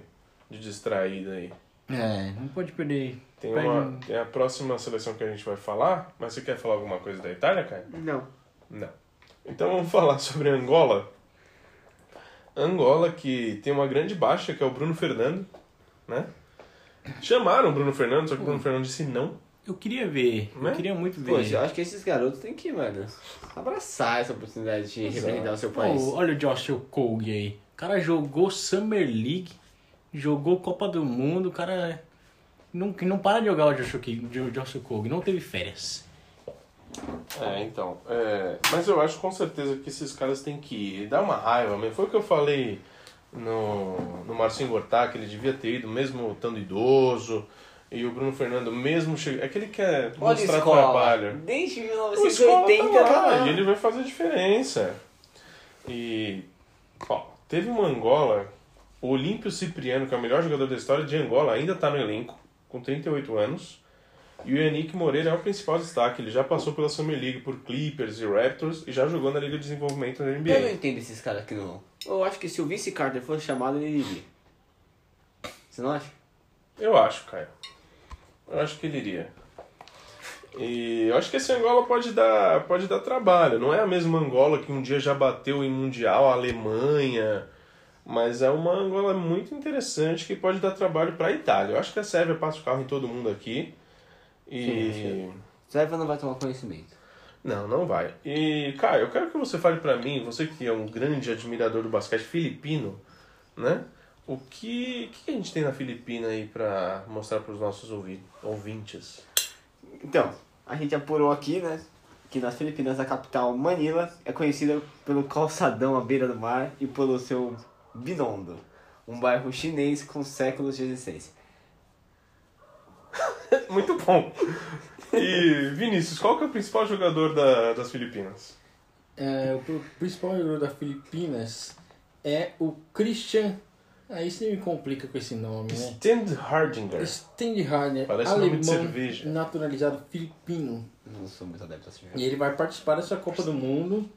[SPEAKER 2] de distraída aí.
[SPEAKER 4] É, não pode perder.
[SPEAKER 2] Tem,
[SPEAKER 4] Pega
[SPEAKER 2] uma,
[SPEAKER 4] um-
[SPEAKER 2] tem a próxima seleção que a gente vai falar, mas você quer falar alguma coisa da Itália, Caio?
[SPEAKER 3] Não.
[SPEAKER 2] Não. Então vamos <laughs> falar sobre Angola. Angola que tem uma grande baixa, que é o Bruno Fernando, né? Chamaram o Bruno Fernando, só que o Bruno Fernando disse não.
[SPEAKER 4] Eu queria ver,
[SPEAKER 2] Né?
[SPEAKER 4] eu queria muito ver.
[SPEAKER 3] Poxa, eu acho que esses garotos têm que, mano, abraçar essa oportunidade de representar o seu
[SPEAKER 4] Pô,
[SPEAKER 3] país.
[SPEAKER 4] olha o Josh Okogie aí. O cara jogou Summer League, jogou Copa do Mundo, o cara não, não para de jogar o Josh Okogie, o Josh Okogie, não teve férias.
[SPEAKER 2] É, então. é, mas eu acho com certeza que esses caras têm que ir. Dá uma raiva mesmo. Foi o que eu falei no, no Marcinho Gortá, que ele devia ter ido, mesmo estando idoso. E o Bruno Fernando, mesmo chegando. É que ele quer
[SPEAKER 3] Olha a
[SPEAKER 2] mostrar
[SPEAKER 3] escola.
[SPEAKER 2] trabalho.
[SPEAKER 3] Desde
[SPEAKER 2] O Escola
[SPEAKER 3] 1980
[SPEAKER 2] tá
[SPEAKER 3] tá
[SPEAKER 2] lá,
[SPEAKER 3] lá.
[SPEAKER 2] e ele vai fazer diferença. E, ó, teve uma Angola, o Olímpio Cipriano, que é o melhor jogador da história de Angola, ainda tá no elenco, com 38 anos. E o Yannick Moreira é o principal destaque, ele já passou pela Summer League por Clippers e Raptors e já jogou na Liga de Desenvolvimento da
[SPEAKER 3] Eu não
[SPEAKER 2] NBA.
[SPEAKER 3] entendo esses caras aqui não. Eu acho que se o Vince Carter fosse chamado, ele iria. Você não acha?
[SPEAKER 2] Eu acho, Caio. Eu acho que ele iria. E eu acho que esse Angola pode dar, pode dar trabalho. Não é a mesma Angola que um dia já bateu em Mundial, a Alemanha. Mas é uma Angola muito interessante que pode dar trabalho para a Itália. Eu acho que a Sérvia passa o carro em todo mundo aqui. E.
[SPEAKER 3] Sim, sim. Zeva não vai tomar conhecimento.
[SPEAKER 2] Não, não vai. E, cara, eu quero que você fale pra mim, você que é um grande admirador do basquete filipino, né? O que, o que a gente tem na Filipina aí pra mostrar pros nossos ouvi- ouvintes?
[SPEAKER 3] Então, a gente apurou aqui, né? Que nas Filipinas a capital Manila é conhecida pelo calçadão à beira do mar e pelo seu Binondo, um bairro chinês com séculos de existência.
[SPEAKER 2] <laughs> Muito bom! E, Vinícius, qual que é o principal jogador da- das Filipinas?
[SPEAKER 4] É, o pr- principal jogador da Filipinas é o Christian. Aí você me complica com esse nome, né?
[SPEAKER 2] Stan Hardinger.
[SPEAKER 4] Stand Harder,
[SPEAKER 2] Parece
[SPEAKER 4] alemão,
[SPEAKER 2] nome de cerveja.
[SPEAKER 4] naturalizado filipino.
[SPEAKER 3] Não sou muito adepto a esse jogo.
[SPEAKER 4] E ele vai participar dessa Copa do Mundo,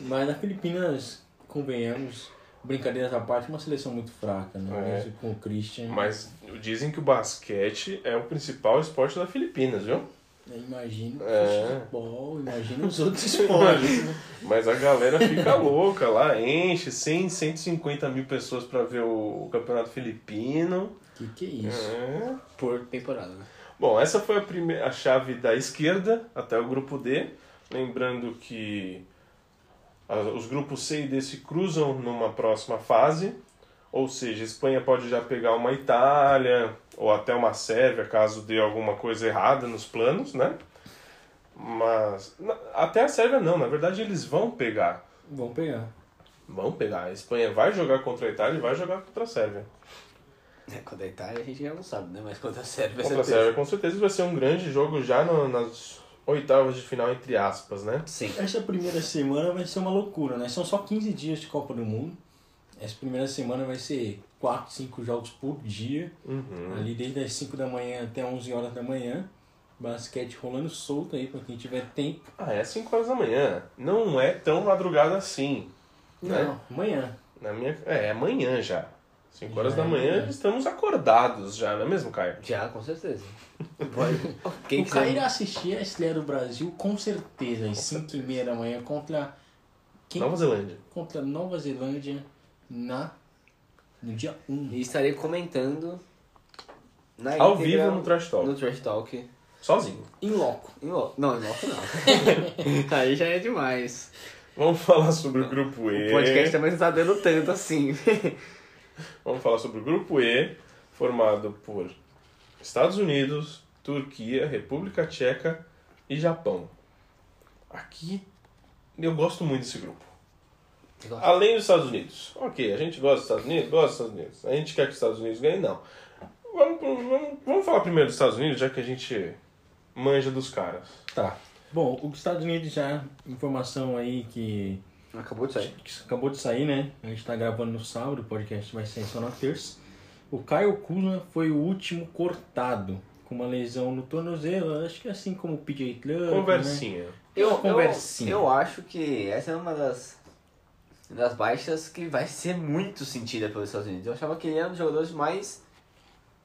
[SPEAKER 4] mas na Filipinas, convenhamos, brincadeiras à parte, uma seleção muito fraca, né?
[SPEAKER 2] É.
[SPEAKER 4] Mesmo Com o Christian.
[SPEAKER 2] Mas dizem que o basquete é o principal esporte da Filipinas, viu?
[SPEAKER 4] né, Imagina o
[SPEAKER 2] É.
[SPEAKER 4] futebol, imagina os outros esportes. né?
[SPEAKER 2] Mas a galera fica <laughs> louca lá, enche 100, 150 mil pessoas pra ver o campeonato filipino.
[SPEAKER 4] que que é isso?
[SPEAKER 2] É.
[SPEAKER 3] Por temporada, né?
[SPEAKER 2] Bom, essa foi a, primeira, a chave da esquerda até o grupo D. Lembrando que a- os grupos C e D se cruzam numa próxima fase. Ou seja, a Espanha pode já pegar uma Itália ou até uma Sérvia, caso dê alguma coisa errada nos planos, né? Mas na- até a Sérvia não, na verdade eles vão pegar.
[SPEAKER 4] Vamos pegar.
[SPEAKER 2] Vão pegar. A Espanha vai jogar contra a Itália e vai jogar contra a Sérvia.
[SPEAKER 3] É, Quando a Itália a gente já não sabe, né? Mas quando a Sérvia
[SPEAKER 2] Contra a Sérvia, com certeza vai ser um grande jogo já no- nas oitavas de final, entre aspas, né?
[SPEAKER 3] Sim.
[SPEAKER 4] Essa primeira semana vai ser uma loucura, né? São só 15 dias de Copa do Mundo. Essa primeira semana vai ser 4, 5 jogos por dia.
[SPEAKER 2] Hum.
[SPEAKER 4] Ali desde as 5 da manhã até 11 horas da manhã. Basquete rolando solto aí pra quem tiver tempo.
[SPEAKER 2] Ah, é 5 horas da manhã. Não é tão madrugada assim. Né?
[SPEAKER 4] Não, amanhã.
[SPEAKER 2] Na minha... É, é amanhã já. 5
[SPEAKER 4] Já
[SPEAKER 2] horas da
[SPEAKER 4] é
[SPEAKER 2] manhã
[SPEAKER 4] amanhã.
[SPEAKER 2] estamos acordados já, não é mesmo, Caio?
[SPEAKER 3] Já, com certeza. Pode. Quem
[SPEAKER 4] o cara irá
[SPEAKER 3] quiser.
[SPEAKER 4] assistir a estreia do Brasil com certeza às 5 e meia da manhã contra quem?
[SPEAKER 2] Nova Zelândia.
[SPEAKER 4] Contra Nova Zelândia na... no dia 1.
[SPEAKER 3] E estarei comentando na
[SPEAKER 2] Ao
[SPEAKER 3] íntegra
[SPEAKER 2] vivo no Trash Talk.
[SPEAKER 3] É No Trash Talk.
[SPEAKER 2] Sozinho.
[SPEAKER 4] Em loco.
[SPEAKER 3] Em lo- Não, em loco não.
[SPEAKER 2] <laughs>
[SPEAKER 3] Aí já é demais.
[SPEAKER 2] Vamos <laughs> falar sobre o grupo E.
[SPEAKER 3] O podcast também não tá dando
[SPEAKER 2] <laughs>
[SPEAKER 3] tanto assim.
[SPEAKER 2] Vamos falar sobre o grupo E, formado por Estados Unidos, Turquia, República Tcheca e Japão. Aqui eu gosto muito desse grupo. Além dos Estados Unidos. Ok, a gente gosta dos Estados Unidos, gosta dos Estados Unidos. A gente quer que os Estados Unidos ganhem, não. Vamos, vamos, vamos falar primeiro dos Estados Unidos, já que a gente manja dos caras.
[SPEAKER 4] Tá. Bom, os Estados Unidos já, informação aí que,
[SPEAKER 3] Acabou de sair.
[SPEAKER 4] que acabou de sair, né? A gente tá gravando no sábado, o podcast vai sair só na terça. O Caio Kuzma foi o último cortado, com uma lesão no tornozelo, acho que assim como o PJ Club.
[SPEAKER 2] Conversinha. assim.
[SPEAKER 4] Uma conversinha.
[SPEAKER 3] Eu, eu acho que essa é uma das das baixas que vai ser muito sentida pelos Estados Unidos. Eu achava que ele era um dos jogadores mais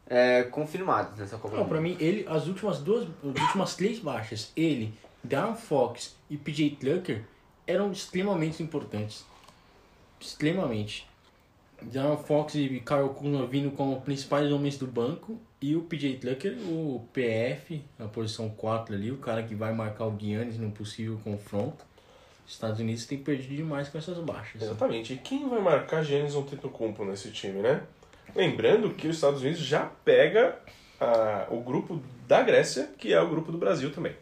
[SPEAKER 3] é, confirmados nessa Copa
[SPEAKER 4] Não,
[SPEAKER 3] do
[SPEAKER 4] pra
[SPEAKER 3] Mundo.
[SPEAKER 4] mim, ele, as últimas duas, as últimas três baixas, ele, Darren Fox e PJ Tucker, eram extremamente importantes. Extremamente. Darren Fox e Kyle Kuzma vindo como principais homens do banco e o PJ Tucker, o PF, na posição 4 ali, o cara que vai marcar o Giannis num possível confronto. Os Estados Unidos tem perdido demais com essas baixas.
[SPEAKER 2] Exatamente. E quem vai marcar Giannis Antetokounmpo nesse time, né? Lembrando que os Estados Unidos já pega ah, o grupo da Grécia, que é o grupo do Brasil também.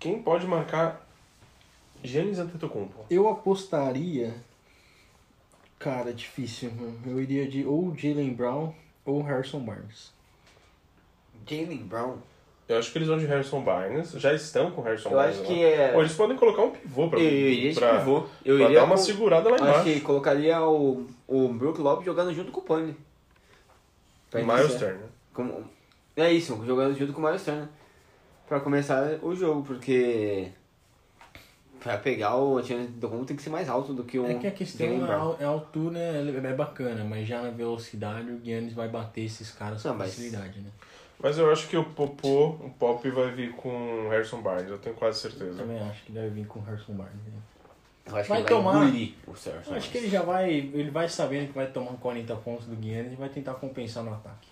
[SPEAKER 2] Quem pode marcar Giannis Antetokounmpo?
[SPEAKER 4] Eu apostaria. Cara, difícil, mano. Eu iria de ou Jalen Brown ou Harrison Barnes.
[SPEAKER 3] Jalen Brown.
[SPEAKER 2] Eu acho que eles vão de Harrison Barnes, já estão com Harrison
[SPEAKER 3] Eu
[SPEAKER 2] Barnes.
[SPEAKER 3] acho
[SPEAKER 2] lá.
[SPEAKER 3] que é.
[SPEAKER 2] Ou eles podem colocar um pivô um. pra,
[SPEAKER 3] Eu iria de
[SPEAKER 2] pra-
[SPEAKER 3] pivô. Eu
[SPEAKER 2] pra
[SPEAKER 3] iria
[SPEAKER 2] dar uma
[SPEAKER 3] com-
[SPEAKER 2] segurada lá
[SPEAKER 3] eu Acho
[SPEAKER 2] embaixo.
[SPEAKER 3] que colocaria o, o Brook Lopes jogando junto com o Pane.
[SPEAKER 2] Miles Turner.
[SPEAKER 3] Como- É isso, jogando junto com o Miles Turner. Pra começar o jogo, porque. Pra pegar o Antônio do Combo tem que ser mais alto do que o.
[SPEAKER 4] É que a questão
[SPEAKER 3] Jalen
[SPEAKER 4] é
[SPEAKER 3] Brown.
[SPEAKER 4] a, é a altura é, é bacana, mas já na velocidade o Giannis vai bater esses caras com
[SPEAKER 3] Não, mas-
[SPEAKER 4] facilidade, né?
[SPEAKER 2] Mas eu acho que o Popô, o Pop vai vir com Harrison Barnes, eu tenho quase certeza.
[SPEAKER 4] Também acho que deve vir com o Harrison Barnes. né?
[SPEAKER 3] Eu acho
[SPEAKER 4] Vai
[SPEAKER 3] que ele
[SPEAKER 4] tomar.
[SPEAKER 3] vai engolir o Sérgio.
[SPEAKER 4] Acho que ele já vai, ele vai sabendo que vai tomar 40 pontos do Giannis e vai tentar compensar no ataque.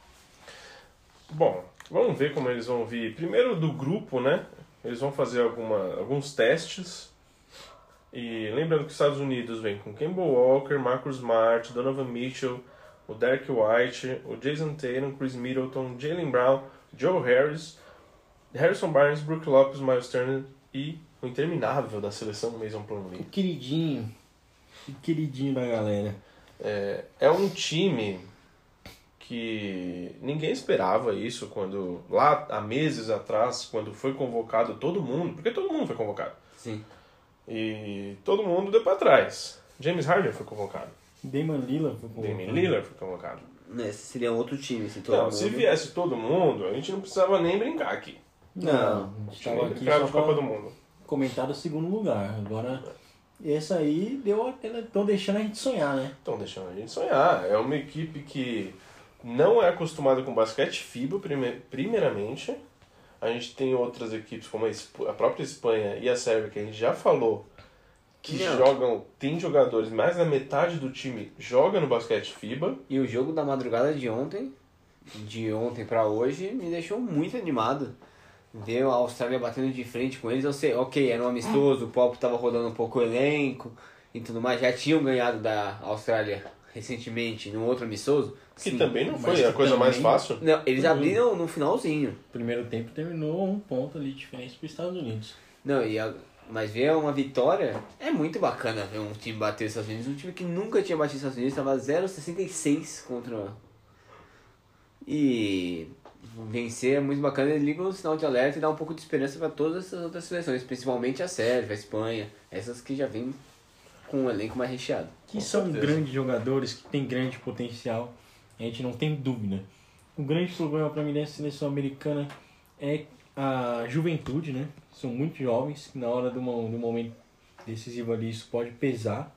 [SPEAKER 2] Bom, vamos ver como eles vão vir. Primeiro do grupo, né? Eles vão fazer alguma, alguns testes. E lembrando que os Estados Unidos vem com Kemba Walker, Marcus Smart, Donovan Mitchell, o Derek White, o Jason Tatum, Chris Middleton, Jalen Brown, Joe Harris, Harrison Barnes, Brook Lopes, Miles Turner e o interminável da seleção Mason
[SPEAKER 4] O
[SPEAKER 2] Plumlee.
[SPEAKER 4] queridinho, o queridinho da galera.
[SPEAKER 2] É, é um time que ninguém esperava isso quando lá há meses atrás, quando foi convocado todo mundo, porque todo mundo foi convocado.
[SPEAKER 3] Sim.
[SPEAKER 2] E todo mundo deu para trás. James Harden foi convocado.
[SPEAKER 4] Damon Lillard foi colocado.
[SPEAKER 2] Damian Lillard foi convocado.
[SPEAKER 3] Né, seria outro time, se todo
[SPEAKER 2] Não,
[SPEAKER 3] mundo.
[SPEAKER 2] se viesse todo mundo, a gente não precisava nem brincar aqui.
[SPEAKER 4] Não, a gente
[SPEAKER 2] Nem
[SPEAKER 4] tava aqui
[SPEAKER 2] brincar
[SPEAKER 4] só
[SPEAKER 2] de Copa
[SPEAKER 4] pra
[SPEAKER 2] do Mundo.
[SPEAKER 4] comentar do segundo lugar. Agora, essa aí deu estão deixando a gente sonhar, né?
[SPEAKER 2] Estão deixando a gente sonhar. É uma equipe que não é acostumada com basquete FIBA, prime- primeiramente. A gente tem outras equipes como a, Esp- a própria Espanha e a Sérvia, que a gente já falou, que
[SPEAKER 3] Não.
[SPEAKER 2] jogam, tem jogadores, mais da metade do time joga no basquete FIBA.
[SPEAKER 3] E o jogo da madrugada de ontem, de ontem pra hoje, me deixou muito animado. Deu a Austrália batendo de frente com eles. Eu sei, ok, era um amistoso, o Pop tava rodando um pouco o elenco e tudo mais. Já tinham ganhado da Austrália recentemente num outro amistoso.
[SPEAKER 2] Que
[SPEAKER 3] Sim.
[SPEAKER 2] também não Uhum.
[SPEAKER 4] mas
[SPEAKER 2] foi
[SPEAKER 4] que
[SPEAKER 2] a coisa mais
[SPEAKER 4] também-
[SPEAKER 2] fácil.
[SPEAKER 3] Não, eles abriram no finalzinho.
[SPEAKER 4] Primeiro tempo terminou um ponto ali de diferença para os Estados Unidos.
[SPEAKER 3] Não, e a- mas ver uma vitória é muito bacana ver um time bater os Estados Unidos. Um time que nunca tinha batido os Estados Unidos, estava 0,66 contra. um. E vencer é muito bacana, ele liga um sinal de alerta e dá um pouco de esperança para todas essas outras seleções, principalmente a Sérvia, a Espanha, essas que já vêm com um elenco mais recheado.
[SPEAKER 4] Que são
[SPEAKER 2] certeza.
[SPEAKER 4] grandes jogadores, que têm grande potencial. A gente não tem dúvida. O grande problema para mim dessa seleção americana é a juventude, né? São muito jovens, que na hora do, mo- do momento decisivo ali isso pode pesar.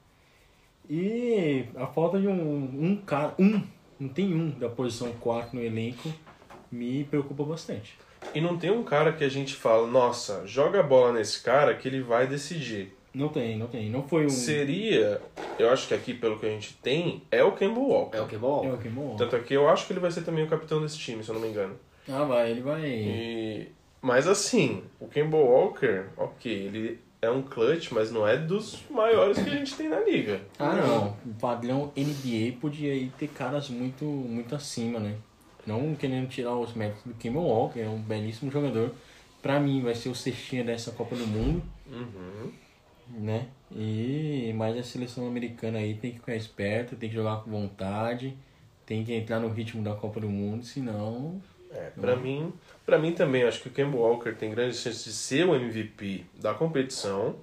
[SPEAKER 4] E a falta de um, um cara, um, não tem um da posição 4 no elenco, me preocupa bastante.
[SPEAKER 2] E não tem um cara que a gente fala, nossa, joga a bola nesse cara que ele vai decidir.
[SPEAKER 4] Não tem, não tem. Não foi um.
[SPEAKER 2] Seria, eu acho que aqui pelo que a gente tem, é o Kemba Walker.
[SPEAKER 3] É o que bom?
[SPEAKER 4] É o que bom.
[SPEAKER 2] Tanto é que eu acho que ele vai ser também o capitão desse time, se eu não me engano.
[SPEAKER 4] Ah, vai, ele vai.
[SPEAKER 2] E- mas assim, o Kemba Walker, ok, ele é um clutch, mas não é dos maiores que a gente tem na liga.
[SPEAKER 4] Ah, não. O padrão NBA podia aí ter caras muito, muito acima, né? Não querendo tirar os méritos do Kemba Walker, é um belíssimo jogador. Pra mim, vai ser o cestinha dessa Copa do Mundo, né? E mas a seleção americana aí tem que ficar esperta, tem que jogar com vontade, tem que entrar no ritmo da Copa do Mundo, senão
[SPEAKER 2] É, pra mim, para mim também, eu acho que o Kemba Walker tem grandes chances de ser o MVP da competição.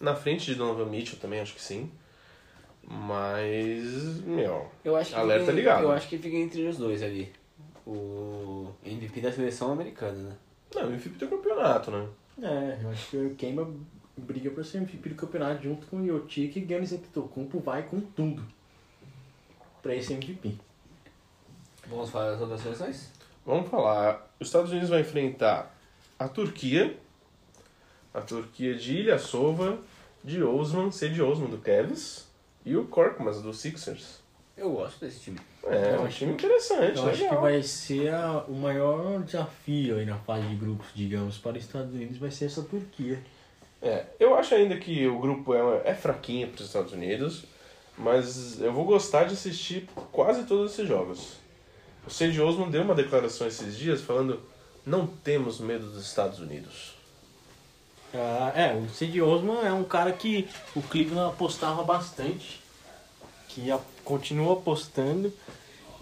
[SPEAKER 2] Na frente de Donovan Mitchell também, acho que sim. Mas, meu,
[SPEAKER 3] Eu acho que
[SPEAKER 2] Alerta
[SPEAKER 3] fica,
[SPEAKER 2] ligado.
[SPEAKER 3] Eu acho que fica entre os dois ali. O MVP da seleção americana, né?
[SPEAKER 2] não, MVP do um campeonato, né?
[SPEAKER 4] é, eu acho que o Kemba briga pra ser MVP do campeonato junto com o Yotik e Giannis Antetokounmpo vai com tudo pra esse MVP.
[SPEAKER 3] Vamos falar das outras seleções?
[SPEAKER 2] Vamos falar. Os Estados Unidos vai enfrentar a Turquia. A Turquia de Ilha Sova, de Osman, C de Osman do Cavs e o Korkmaz do Sixers.
[SPEAKER 3] Eu gosto desse time.
[SPEAKER 2] É,
[SPEAKER 4] Eu
[SPEAKER 2] um
[SPEAKER 4] acho
[SPEAKER 2] time interessante,
[SPEAKER 4] Eu acho que
[SPEAKER 2] legal.
[SPEAKER 4] vai ser a- o maior desafio aí na fase de grupos, digamos, para os Estados Unidos vai ser essa Turquia.
[SPEAKER 2] É, eu acho ainda que o grupo é, é fraquinho para os Estados Unidos, mas eu vou gostar de assistir quase todos esses jogos. O Sandy Osman deu uma declaração esses dias falando: não temos medo dos Estados Unidos.
[SPEAKER 4] Ah, é, o Sid Osman é um cara que o Cleveland apostava bastante, que a- continua apostando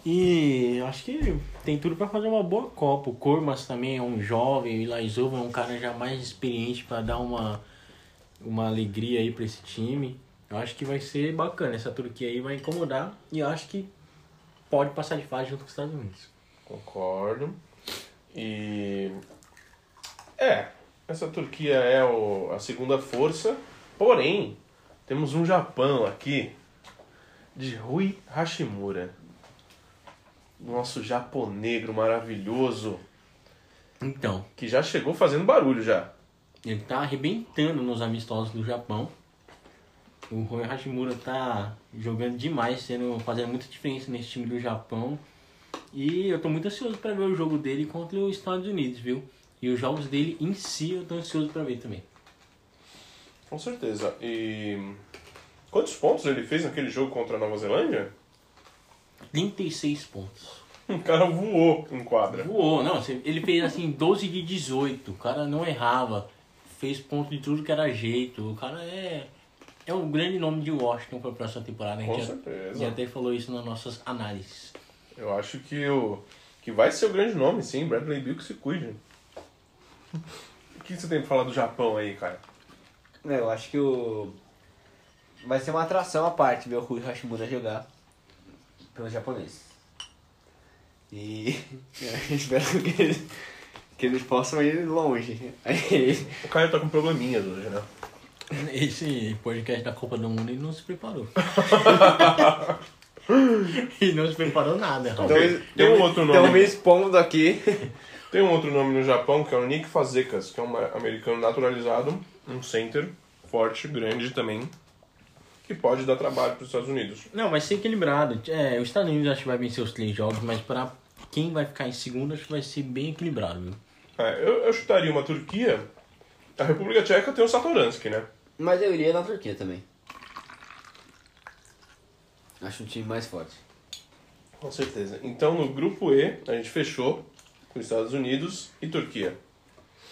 [SPEAKER 4] e acho que tem tudo pra fazer uma boa Copa. O Cormas também é um jovem, o Ilaizova é um cara já mais experiente pra dar uma, uma alegria aí pra esse time. Eu acho que vai ser bacana, essa Turquia aí vai incomodar e eu acho que pode passar de fase junto com os Estados Unidos.
[SPEAKER 2] Concordo. E. É, essa Turquia é o- a segunda força, porém, temos um Japão aqui de Rui Hashimura. Nosso japonegro maravilhoso,
[SPEAKER 4] Então,
[SPEAKER 2] que já chegou fazendo barulho já.
[SPEAKER 4] Ele tá arrebentando nos amistosos do Japão. O Rui Hashimura tá jogando demais, sendo, fazendo muita diferença nesse time do Japão. E eu tô muito ansioso pra ver o jogo dele contra os Estados Unidos, viu? E os jogos dele em si eu tô ansioso pra ver também.
[SPEAKER 2] Com certeza. E. Quantos pontos ele fez naquele jogo contra a Nova Zelândia? <laughs>
[SPEAKER 4] 36 pontos.
[SPEAKER 2] O cara voou em quadra.
[SPEAKER 4] Voou, não, você- ele fez assim 12 de 18, o cara não errava, fez ponto de tudo que era jeito, o cara é é um grande nome de Washington para a próxima temporada, a
[SPEAKER 2] Com
[SPEAKER 4] gente já-
[SPEAKER 2] certeza.
[SPEAKER 4] já até falou isso nas nossas análises.
[SPEAKER 2] Eu acho que o que vai ser o grande nome, sim, Bradley Bill que se cuide. O que você tem pra falar do Japão aí, cara?
[SPEAKER 3] É, eu acho que o. Vai ser uma atração à parte ver o Rui Hashimura jogar pelo japonês. E <laughs> eu espero que eles, que eles possam ir longe.
[SPEAKER 2] O Caio tá com probleminhas hoje, né?
[SPEAKER 4] Esse podcast da Copa do Mundo ele não se <laughs> preparou. ele não se preparou nada,
[SPEAKER 3] Então-
[SPEAKER 4] Raul.
[SPEAKER 2] tem um outro nome.
[SPEAKER 3] Estão me expondo aqui.
[SPEAKER 2] Tem um outro nome no Japão que é o Nick Fazekas, que é um americano naturalizado, um center forte, grande também, que pode dar trabalho pros Estados Unidos.
[SPEAKER 4] Não, vai ser equilibrado. É, os Estados Unidos acho que vai vencer os três jogos, mas pra quem vai ficar em segundo acho que vai ser bem equilibrado. viu?
[SPEAKER 2] É, eu, eu chutaria uma Turquia. A República Tcheca tem o Satoransky, né?
[SPEAKER 3] <laughs> Mas eu iria na Turquia também. Acho um time mais forte.
[SPEAKER 2] Com certeza. Então no grupo E a gente fechou com os Estados Unidos e Turquia.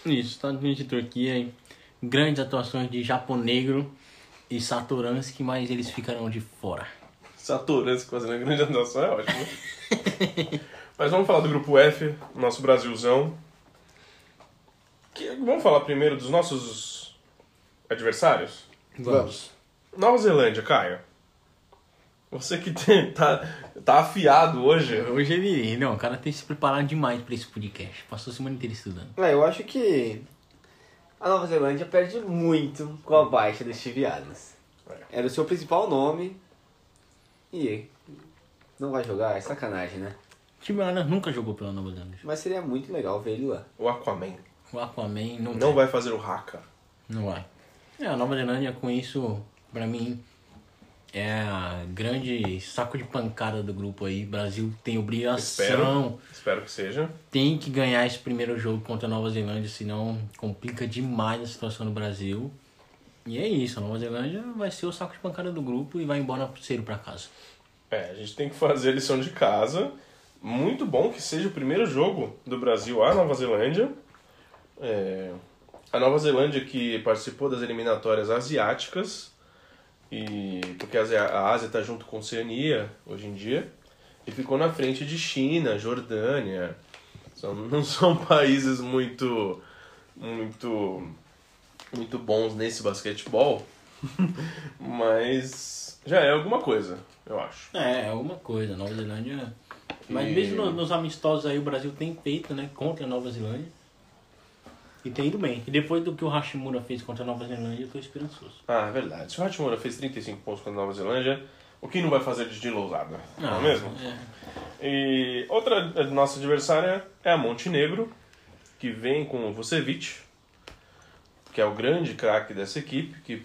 [SPEAKER 4] Isso, Estados Unidos e Turquia, hein? grandes atuações de Japonegro e Satoransky, mas eles ficarão de fora.
[SPEAKER 2] Satoransky fazendo a grande anotação é ótimo. Mas vamos falar do grupo F, nosso Brasilzão. Que- vamos falar primeiro dos nossos adversários?
[SPEAKER 3] Vamos.
[SPEAKER 2] Nova Zelândia, Caio. Você que tem- tá, tá afiado hoje.
[SPEAKER 4] Hoje ele. Não, o cara tem se preparado demais pra esse podcast. Passou a semana inteira estudando.
[SPEAKER 3] É, eu acho que a Nova Zelândia perde muito com a baixa do Steve Adams. Era o seu principal nome e não vai jogar, é sacanagem, né?
[SPEAKER 4] O time lá nunca jogou pela Nova Zelândia.
[SPEAKER 3] Mas seria muito legal ver ele lá.
[SPEAKER 2] O Aquaman
[SPEAKER 4] O Aquaman não,
[SPEAKER 2] não
[SPEAKER 4] vai.
[SPEAKER 2] vai fazer o Haka.
[SPEAKER 4] Não vai. É, a Nova Zelândia com isso, pra mim, é a grande saco de pancada do grupo aí. Brasil tem obrigação,
[SPEAKER 2] Espero. Espero que seja.
[SPEAKER 4] tem que ganhar esse primeiro jogo contra a Nova Zelândia, senão complica demais a situação do Brasil. E é isso, a Nova Zelândia vai ser o saco de pancada do grupo e vai embora cedo pra casa.
[SPEAKER 2] É, a gente tem que fazer a lição de casa. Muito bom que seja o primeiro jogo do Brasil à Nova Zelândia. É, a Nova Zelândia que participou das eliminatórias asiáticas, e porque a Ásia- a Ásia está junto com a Oceania hoje em dia, e ficou na frente de China, Jordânia. São- <laughs> não são países muito, muito, muito bons nesse basquetebol, mas já é alguma coisa, eu acho.
[SPEAKER 4] É, é alguma coisa. A Nova Zelândia. é-
[SPEAKER 2] E- É.
[SPEAKER 4] Mas mesmo no- nos amistosos aí, o Brasil tem feito, né? Contra a Nova Zelândia. E tem ido bem. E depois do que o Hashimura fez contra a Nova Zelândia, eu tô esperançoso.
[SPEAKER 2] Ah, é verdade. Se o Hachimura fez 35 pontos contra a Nova Zelândia, o que não vai fazer de Dilousada? Não é mesmo?
[SPEAKER 4] É.
[SPEAKER 2] E outra nossa adversária é a Montenegro, que vem com o Vucevic, que é o grande craque dessa equipe, que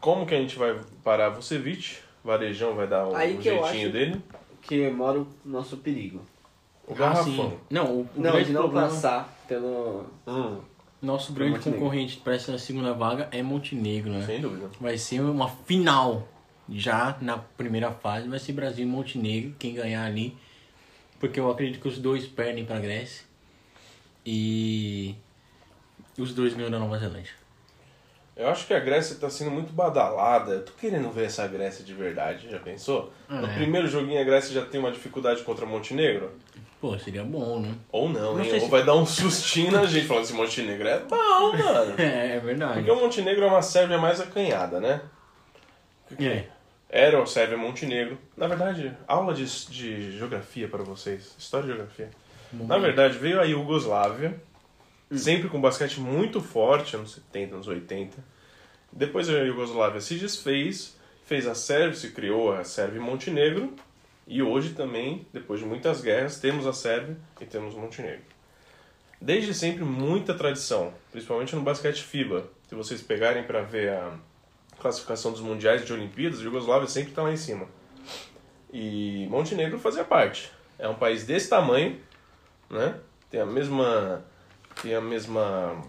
[SPEAKER 2] como que a gente vai parar Vucevic? Varejão vai dar o
[SPEAKER 3] Aí que eu
[SPEAKER 2] jeitinho
[SPEAKER 3] acho-
[SPEAKER 2] dele.
[SPEAKER 3] Que mora o nosso perigo.
[SPEAKER 2] O
[SPEAKER 4] Ah,
[SPEAKER 2] garrafão.
[SPEAKER 4] sim. Não, o, o
[SPEAKER 3] Não,
[SPEAKER 4] grande
[SPEAKER 3] de não
[SPEAKER 4] problema,
[SPEAKER 3] passar pelo.
[SPEAKER 2] Hum,
[SPEAKER 4] nosso grande
[SPEAKER 3] Montenegro.
[SPEAKER 4] concorrente para essa segunda vaga é Montenegro, né?
[SPEAKER 2] sem dúvida.
[SPEAKER 4] Vai ser uma final. Já na primeira fase vai ser Brasil e Montenegro, quem ganhar ali. Porque eu acredito que os dois perdem pra Grécia. E os dois ganham da Nova Zelândia.
[SPEAKER 2] Eu acho que a Grécia tá sendo muito badalada. Eu tô querendo ver essa Grécia de verdade, já pensou? No
[SPEAKER 4] É.
[SPEAKER 2] primeiro joguinho a Grécia já tem uma dificuldade contra Montenegro?
[SPEAKER 4] Pô, seria bom, né?
[SPEAKER 2] Ou não,
[SPEAKER 4] Não
[SPEAKER 2] hein?
[SPEAKER 4] sei
[SPEAKER 2] Ou
[SPEAKER 4] se-
[SPEAKER 2] vai dar um sustinho na gente falando assim, Montenegro é bom, mano.
[SPEAKER 4] <laughs> <laughs> É, é verdade.
[SPEAKER 2] Porque o Montenegro é uma Sérvia mais acanhada, né?
[SPEAKER 4] É.
[SPEAKER 2] Era o Sérvia Montenegro. Na verdade, aula de, de geografia para vocês. História e geografia. Na verdade, veio a Iugoslávia, sempre com basquete muito forte, anos 70, anos 80. Depois a Iugoslávia se desfez, fez a Sérvia, se criou a Sérvia e Montenegro. E hoje também, depois de muitas guerras, temos a Sérvia e temos o Montenegro. Desde sempre, muita tradição, principalmente no basquete FIBA. Se vocês pegarem para ver a classificação dos mundiais de Olimpíadas, a Iugoslávia sempre está lá em cima. E Montenegro fazia parte. É um país desse tamanho, né? Tem a mesma tem a mesma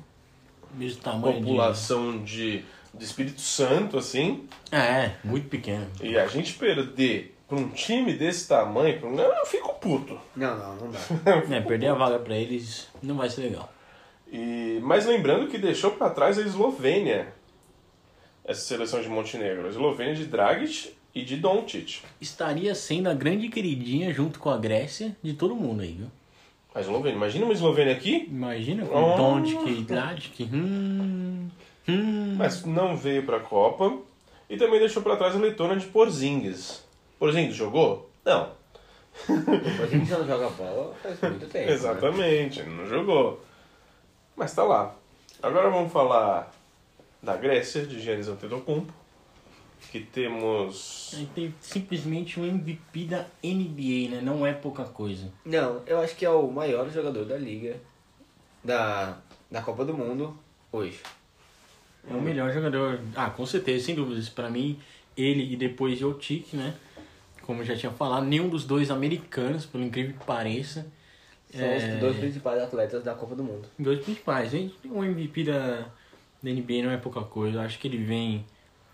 [SPEAKER 4] Mesmo tamanho
[SPEAKER 2] população de, de Espírito Santo assim,
[SPEAKER 4] de... É, muito pequeno.
[SPEAKER 2] e a gente perder para um time desse tamanho, pra um- eu fico puto.
[SPEAKER 3] Não, não, não dá.
[SPEAKER 4] É, perder a vaga pra eles não vai ser legal.
[SPEAKER 2] E mas lembrando que deixou para trás a Eslovênia. Essa seleção de Montenegro, a Eslovênia de Dragic e de Doncic.
[SPEAKER 4] Estaria sendo a grande queridinha junto com a Grécia de todo mundo aí, viu?
[SPEAKER 2] A Eslovênia, imagina uma Eslovênia aqui?
[SPEAKER 4] Imagina com
[SPEAKER 2] Oh.
[SPEAKER 4] oh. Dondic e Dragic. Hum, hum.
[SPEAKER 2] Mas não veio pra Copa. E também deixou pra trás a Letônia de Porzingis. Porzingis jogou? Não.
[SPEAKER 3] Mas ele não joga bola faz muito tempo. né?
[SPEAKER 2] Exatamente, não jogou. Mas tá lá. Agora vamos falar da Grécia, de Giannis Antetokounmpo. Que temos...
[SPEAKER 4] Aí tem simplesmente um MVP da NBA, né? Não é pouca coisa.
[SPEAKER 3] Não, eu acho que é o maior jogador da liga da, da Copa do Mundo hoje.
[SPEAKER 4] É o melhor jogador. Ah, com certeza, sem dúvidas. Pra mim, ele e depois Jotic, né? Como eu já tinha falado, nenhum dos dois americanos, por incrível que pareça.
[SPEAKER 3] São
[SPEAKER 4] É.
[SPEAKER 3] os dois principais atletas da Copa do Mundo.
[SPEAKER 4] Dois principais. um Gente, O MVP da, da NBA não é pouca coisa. Eu acho que ele vem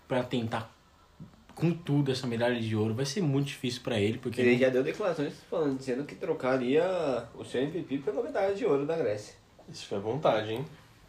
[SPEAKER 4] pra tentar com tudo essa medalha de ouro. Vai ser muito difícil pra ele, porque
[SPEAKER 3] Ele já deu declarações falando, dizendo que trocaria o seu MVP pela medalha de ouro da Grécia.
[SPEAKER 2] Isso foi à vontade, hein?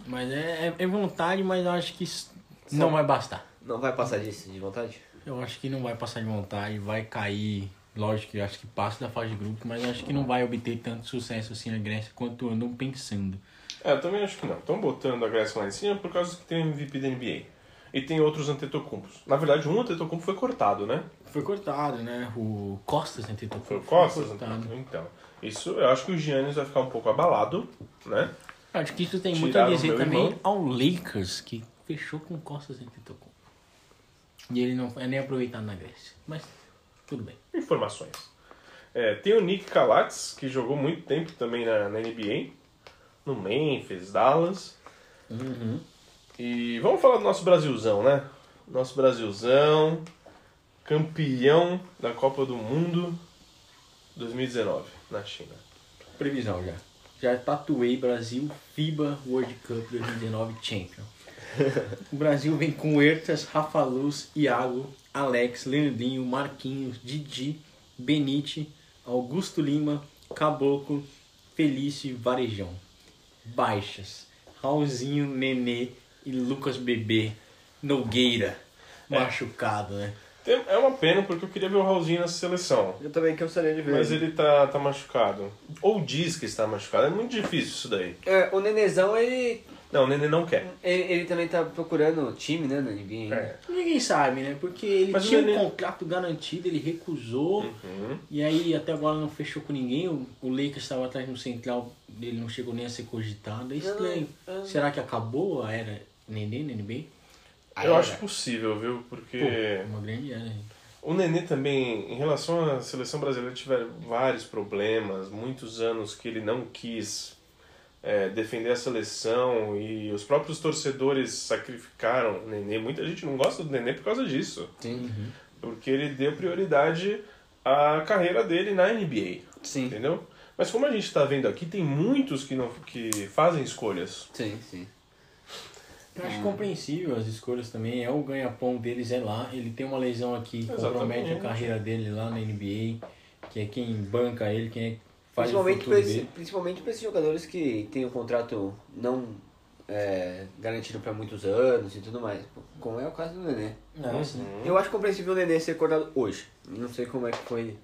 [SPEAKER 4] Mas é, é- é vontade, mas eu acho que isso
[SPEAKER 3] Só-
[SPEAKER 4] não vai bastar.
[SPEAKER 3] Não vai passar disso de vontade?
[SPEAKER 4] Eu acho que não vai passar de vontade, vai cair. Lógico que eu acho que passa da fase de grupo, mas eu acho que não vai obter tanto sucesso assim na Grécia quanto andam pensando.
[SPEAKER 2] É, eu também acho que não. Estão botando a Grécia lá em cima por causa que tem o MVP da NBA. E tem outros Antetokounmpos. Na verdade, um Antetokounmpo foi cortado, né?
[SPEAKER 4] Foi cortado, né? O Costas, né? Tentou
[SPEAKER 2] Foi o Costas?
[SPEAKER 4] cortado.
[SPEAKER 2] Então, isso eu acho que o Giannis vai ficar um pouco abalado, né?
[SPEAKER 4] Acho que isso tem muito a
[SPEAKER 2] Tiraram
[SPEAKER 4] dizer
[SPEAKER 2] meu
[SPEAKER 4] também
[SPEAKER 2] irmão.
[SPEAKER 4] ao Lakers, que fechou com Costas e Tocou. E ele não é nem aproveitado na Grécia. Mas tudo bem.
[SPEAKER 2] Informações. É, tem o Nick Kalatz, que jogou muito tempo também na, na NBA, no Memphis, Dallas. E vamos falar do nosso Brasilzão, né? Nosso Brasilzão, campeão da Copa do Mundo 2019, na China.
[SPEAKER 4] Previsão já. Já tatuei Brasil FIBA World Cup 2019 Champion. o Brasil vem com Ertas, Rafa Luz, Iago, Alex, Leandrinho, Marquinhos, Didi, Benite, Augusto Lima, Caboclo, Felício e Varejão. Baixas. Raulzinho, Nenê e Lucas Bebê. Nogueira. Machucado, né?
[SPEAKER 2] Tem- É uma pena porque eu queria ver o Raulzinho nessa seleção.
[SPEAKER 3] Eu também gostaria de ver.
[SPEAKER 2] Mas ele tá, tá machucado. Ou diz que está machucado. É muito difícil isso daí.
[SPEAKER 3] É, o Nenezão, ele,
[SPEAKER 2] Não, o Nenê não quer.
[SPEAKER 3] ele, ele também tá procurando time, né, na NBA. ainda.
[SPEAKER 2] É.
[SPEAKER 4] Ninguém sabe, né? Porque ele
[SPEAKER 2] Mas o
[SPEAKER 4] tinha
[SPEAKER 2] Nenê-
[SPEAKER 4] um contrato garantido, ele recusou. E aí até agora não fechou com ninguém. O, o Lakers estava atrás no central ele não chegou nem a ser cogitado,
[SPEAKER 3] não,
[SPEAKER 4] é estranho.
[SPEAKER 3] eu-
[SPEAKER 4] Será que acabou a era Nenê, Nenê?
[SPEAKER 2] Eu acho possível, viu? Porque
[SPEAKER 4] Uma grande era. hein?
[SPEAKER 2] o Nenê também, em relação à seleção brasileira, tiveram vários problemas, muitos anos que ele não quis é, defender a seleção e os próprios torcedores sacrificaram o Nenê. Muita gente não gosta do Nenê por causa disso,
[SPEAKER 3] Sim.
[SPEAKER 2] porque ele deu prioridade à carreira dele na NBA,
[SPEAKER 3] Sim.
[SPEAKER 2] entendeu? Mas como a gente está vendo aqui, tem muitos que, não, que fazem escolhas.
[SPEAKER 3] Sim, sim.
[SPEAKER 4] Eu acho compreensível as escolhas também. É o ganha-pão deles, é lá. Ele tem uma lesão aqui que compromete a
[SPEAKER 2] Exatamente.
[SPEAKER 4] carreira dele lá na NBA, que é quem banca ele, quem é que faz o
[SPEAKER 3] Principalmente
[SPEAKER 4] futuro
[SPEAKER 3] pra, esse-
[SPEAKER 4] dele.
[SPEAKER 3] principalmente pra esses jogadores que têm o contrato não é, garantido pra muitos anos e tudo mais. Como é o caso do Nenê.
[SPEAKER 4] Não, assim,
[SPEAKER 3] Uhum. Eu acho compreensível o Nenê ser cortado hoje. Não sei como é que foi.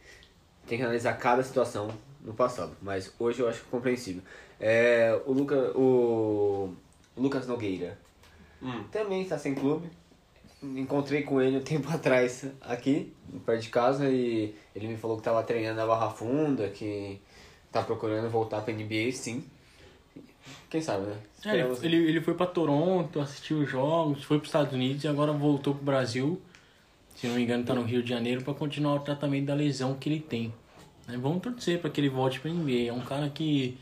[SPEAKER 3] Tem que analisar cada situação no passado, mas hoje eu acho compreensível. É, o, Luca, o Lucas Nogueira
[SPEAKER 2] Hum.
[SPEAKER 3] também está sem clube. Encontrei com ele um <laughs> tempo atrás aqui, perto de casa, e ele me falou que estava treinando na Barra Funda, que tá procurando voltar para NBA, sim. Quem sabe, né?
[SPEAKER 4] É, ele,
[SPEAKER 3] Esperamos-
[SPEAKER 4] ele, ele foi pra Toronto, assistiu os jogos, foi pros Estados Unidos e agora voltou pro Brasil. Se não me engano, tá no Rio de Janeiro pra continuar o tratamento da lesão que ele tem. Né, Vamos torcer pra que ele volte pra NBA. É um cara que,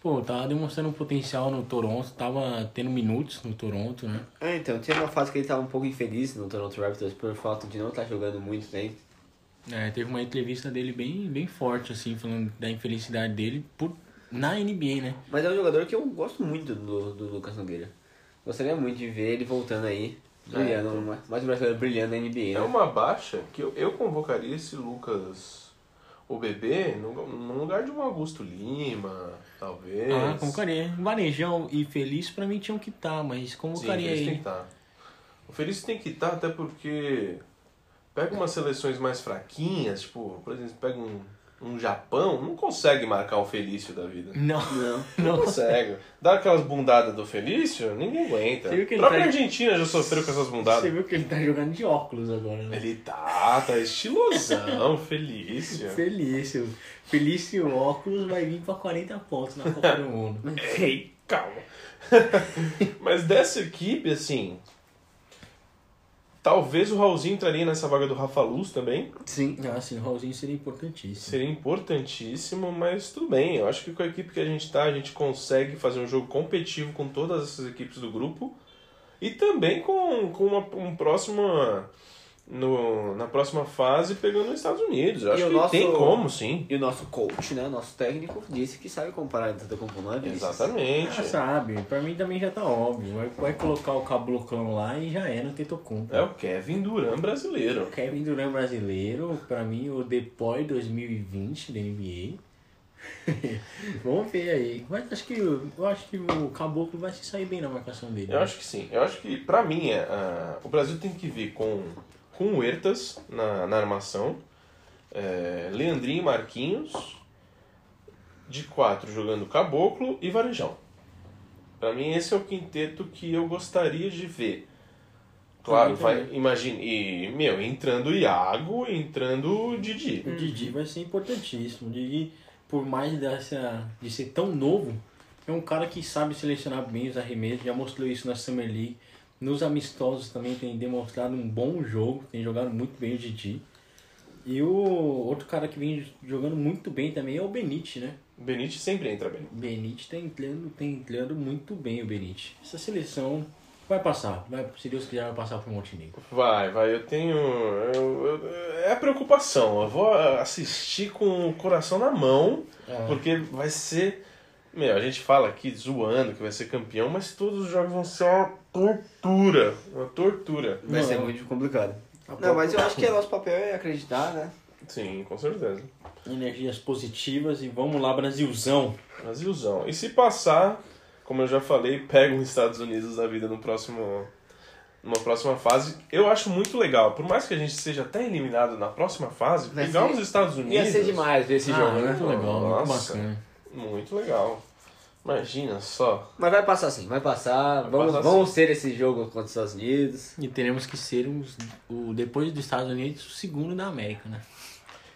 [SPEAKER 4] pô, tava demonstrando um potencial no Toronto, tava tendo minutos no Toronto, né?
[SPEAKER 3] É, então, tinha uma fase que ele tava um pouco infeliz no Toronto Raptors por fato de não estar jogando muito né? tempo.
[SPEAKER 4] É, teve uma entrevista dele bem, bem forte, assim, falando da infelicidade dele por, na NBA, né?
[SPEAKER 3] Mas é um jogador que eu gosto muito do, do Lucas Nogueira. Gostaria muito de ver ele voltando aí, brilhando,
[SPEAKER 2] então.
[SPEAKER 3] mais um brasileiro brilhando na NBA.
[SPEAKER 2] É
[SPEAKER 3] né?
[SPEAKER 2] uma baixa que eu, eu convocaria esse Lucas, o bebê, no, no lugar de um Augusto Lima, talvez.
[SPEAKER 4] Ah, convocaria. Varejão e Feliz pra mim tinham que estar, mas
[SPEAKER 2] Sim, o
[SPEAKER 4] convocaria
[SPEAKER 2] Feliz tem que
[SPEAKER 4] ele.
[SPEAKER 2] estar. O Feliz tem que estar até porque pega umas seleções mais fraquinhas, tipo, por exemplo, pega um, um Japão, não consegue marcar o Felício da vida.
[SPEAKER 4] <laughs> Não.
[SPEAKER 3] Não.
[SPEAKER 2] Não consegue. Dá aquelas bundadas do Felício, ninguém aguenta.
[SPEAKER 4] Você viu que
[SPEAKER 2] A
[SPEAKER 4] ele
[SPEAKER 2] própria
[SPEAKER 4] tá-
[SPEAKER 2] Argentina já sofreu com essas
[SPEAKER 4] Você
[SPEAKER 2] bundadas.
[SPEAKER 4] viu que ele tá jogando de óculos agora, né?
[SPEAKER 2] Ele tá, tá estilosão, <laughs> Felício.
[SPEAKER 4] Felício. Felício óculos vai vir pra 40 pontos na Copa do Mundo.
[SPEAKER 2] <laughs> Ei,
[SPEAKER 3] <laughs>
[SPEAKER 2] calma. Mas dessa equipe, assim. Talvez o Raulzinho entraria nessa vaga do Rafa Luz também.
[SPEAKER 3] Sim.
[SPEAKER 4] <laughs> Ah, sim, o Raulzinho seria importantíssimo.
[SPEAKER 2] Seria importantíssimo, mas tudo bem. Eu acho que com a equipe que a gente tá, a gente consegue fazer um jogo competitivo com todas essas equipes do grupo. E também com, com uma um próxima. No, na próxima fase pegando os Estados Unidos. Eu
[SPEAKER 3] E
[SPEAKER 2] acho
[SPEAKER 3] o
[SPEAKER 2] que
[SPEAKER 3] nosso-
[SPEAKER 2] tem como, sim.
[SPEAKER 3] E o nosso coach, né, nosso técnico, disse que sabe comparar o Antetokounmpo, não é, Vinícius?
[SPEAKER 2] Exatamente.
[SPEAKER 4] Já Ah, sabe, pra mim também já tá óbvio. Vai, vai colocar o caboclão lá e já era, não tentou
[SPEAKER 2] É
[SPEAKER 4] compra.
[SPEAKER 2] o Kevin Durant brasileiro.
[SPEAKER 4] Kevin Durant brasileiro, pra mim o Depoy 2020 da NBA. <laughs> Vamos ver aí. Mas acho que, eu acho que o Caboclo vai se sair bem na marcação dele.
[SPEAKER 2] Eu acho que sim. Eu acho que, pra mim, é, ah, o Brasil tem que vir com, com o Ertas na, na armação, é, Leandrinho e Marquinhos, de quatro jogando Caboclo e Varejão. Pra mim, esse é o quinteto que eu gostaria de ver. Claro,
[SPEAKER 4] Pra mim
[SPEAKER 2] vai, imagina. E, meu, entrando o Iago, entrando o Didi.
[SPEAKER 4] O Didi vai ser importantíssimo. O Didi, por mais dessa, de ser tão novo, é um cara que sabe selecionar bem os arremessos, já mostrou isso na Summer League. Nos amistosos também tem demonstrado um bom jogo, tem jogado muito bem o Didi. E o outro cara que vem jogando muito bem também é o Benite, né?
[SPEAKER 2] Benite sempre entra bem.
[SPEAKER 4] O Benite tá entrando, tá entrando muito bem o Benite. Essa seleção vai passar, vai, se Deus quiser vai passar pro Montenegro.
[SPEAKER 2] Vai, vai, eu tenho. eu- eu- é a preocupação. Eu vou assistir com o coração na mão,
[SPEAKER 3] É.
[SPEAKER 2] porque vai ser. Meu, a gente fala aqui zoando que vai ser campeão, mas todos os jogos vão ser uma tortura. Uma tortura.
[SPEAKER 3] Vai ser
[SPEAKER 4] Não.
[SPEAKER 3] muito complicado.
[SPEAKER 2] Tá
[SPEAKER 4] própria-
[SPEAKER 3] Não, mas eu acho que é nosso papel é acreditar, né?
[SPEAKER 2] Sim, com certeza.
[SPEAKER 4] Energias positivas e vamos lá, Brasilzão!
[SPEAKER 2] Brasilzão. E se passar, como eu já falei, pega os Estados Unidos da vida no próximo. Numa próxima fase, eu acho muito legal. Por mais que a gente seja até eliminado na próxima fase,
[SPEAKER 3] Vai
[SPEAKER 2] pegar
[SPEAKER 3] ser-
[SPEAKER 2] os Estados Unidos.
[SPEAKER 3] Ia ser demais ver esse
[SPEAKER 4] Ah,
[SPEAKER 3] jogo, né?
[SPEAKER 4] Muito legal, muito
[SPEAKER 2] Nossa.
[SPEAKER 4] bacana.
[SPEAKER 2] Muito legal. Imagina só.
[SPEAKER 3] Mas vai passar sim, vai passar.
[SPEAKER 2] Vai
[SPEAKER 3] vamos,
[SPEAKER 2] passar
[SPEAKER 3] vamos ser esse jogo contra os Estados Unidos.
[SPEAKER 4] E teremos que ser os, o, depois dos Estados Unidos, o segundo da América, né?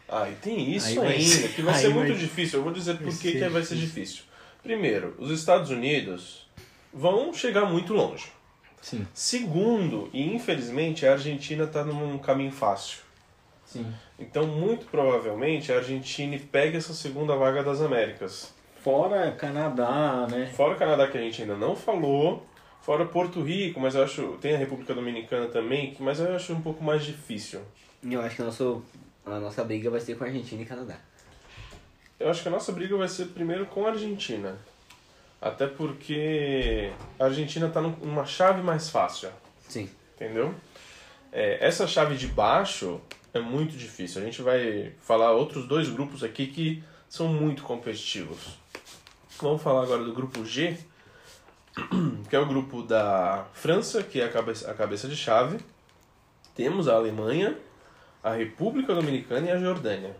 [SPEAKER 2] Ah, e tem isso
[SPEAKER 4] Aí vai
[SPEAKER 2] ainda,
[SPEAKER 4] ser-
[SPEAKER 2] que vai
[SPEAKER 4] aí
[SPEAKER 2] ser
[SPEAKER 4] vai-
[SPEAKER 2] muito difícil. Eu vou dizer por que
[SPEAKER 4] ser
[SPEAKER 2] que vai ser difícil. Primeiro, os Estados Unidos vão chegar muito longe.
[SPEAKER 4] Sim.
[SPEAKER 2] Segundo, e infelizmente, a Argentina está num caminho fácil.
[SPEAKER 4] Sim.
[SPEAKER 2] Então, muito provavelmente, a Argentina pega essa segunda vaga das Américas.
[SPEAKER 4] Fora Canadá, né?
[SPEAKER 2] Fora o Canadá, que a gente ainda não falou. Fora Porto Rico, mas eu acho. Tem a República Dominicana também, que- mas eu acho um pouco mais difícil.
[SPEAKER 3] E eu acho que o nosso- a nossa briga vai ser com a Argentina e Canadá.
[SPEAKER 2] Eu acho que a nossa briga vai ser primeiro com a Argentina. Até porque a Argentina tá num- numa chave mais fácil,
[SPEAKER 3] Sim.
[SPEAKER 2] entendeu? É, essa chave de baixo é muito difícil. A gente vai falar outros dois grupos aqui que são muito competitivos. Vamos falar agora do grupo G, <clears throat> que é o grupo da França, que é a cabeça, a cabeça de chave. Temos a Alemanha, a República Dominicana e a Jordânia.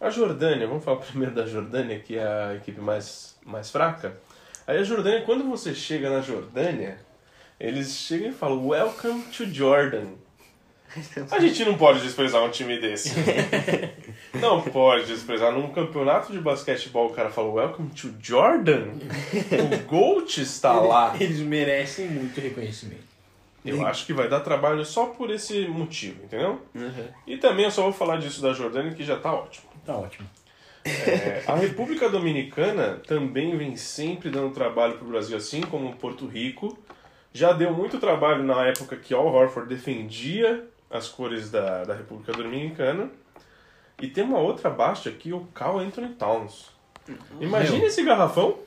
[SPEAKER 2] A Jordânia, vamos falar <laughs> primeiro da Jordânia, que é a equipe mais, mais fraca. Aí a Jordânia, quando você chega na Jordânia, eles chegam e falam Welcome to Jordan. A gente não pode desprezar um time desse. Não pode desprezar. Num campeonato de basquetebol, o cara fala Welcome to Jordan? O Gold está lá.
[SPEAKER 4] Eles merecem muito reconhecimento.
[SPEAKER 2] Eu acho que vai dar trabalho só por esse motivo, entendeu?
[SPEAKER 4] Uhum.
[SPEAKER 2] E também eu só vou falar disso da Jordânia, que já tá ótimo.
[SPEAKER 4] Tá ótimo.
[SPEAKER 2] É, a República Dominicana também vem sempre dando trabalho pro Brasil, assim como Porto Rico. Já deu muito trabalho na época que Al Horford defendia as cores da, da República Dominicana. E tem uma outra baixa aqui, o Carl Anthony Towns. Imagina
[SPEAKER 4] Uhum. Meu.
[SPEAKER 2] esse garrafão. O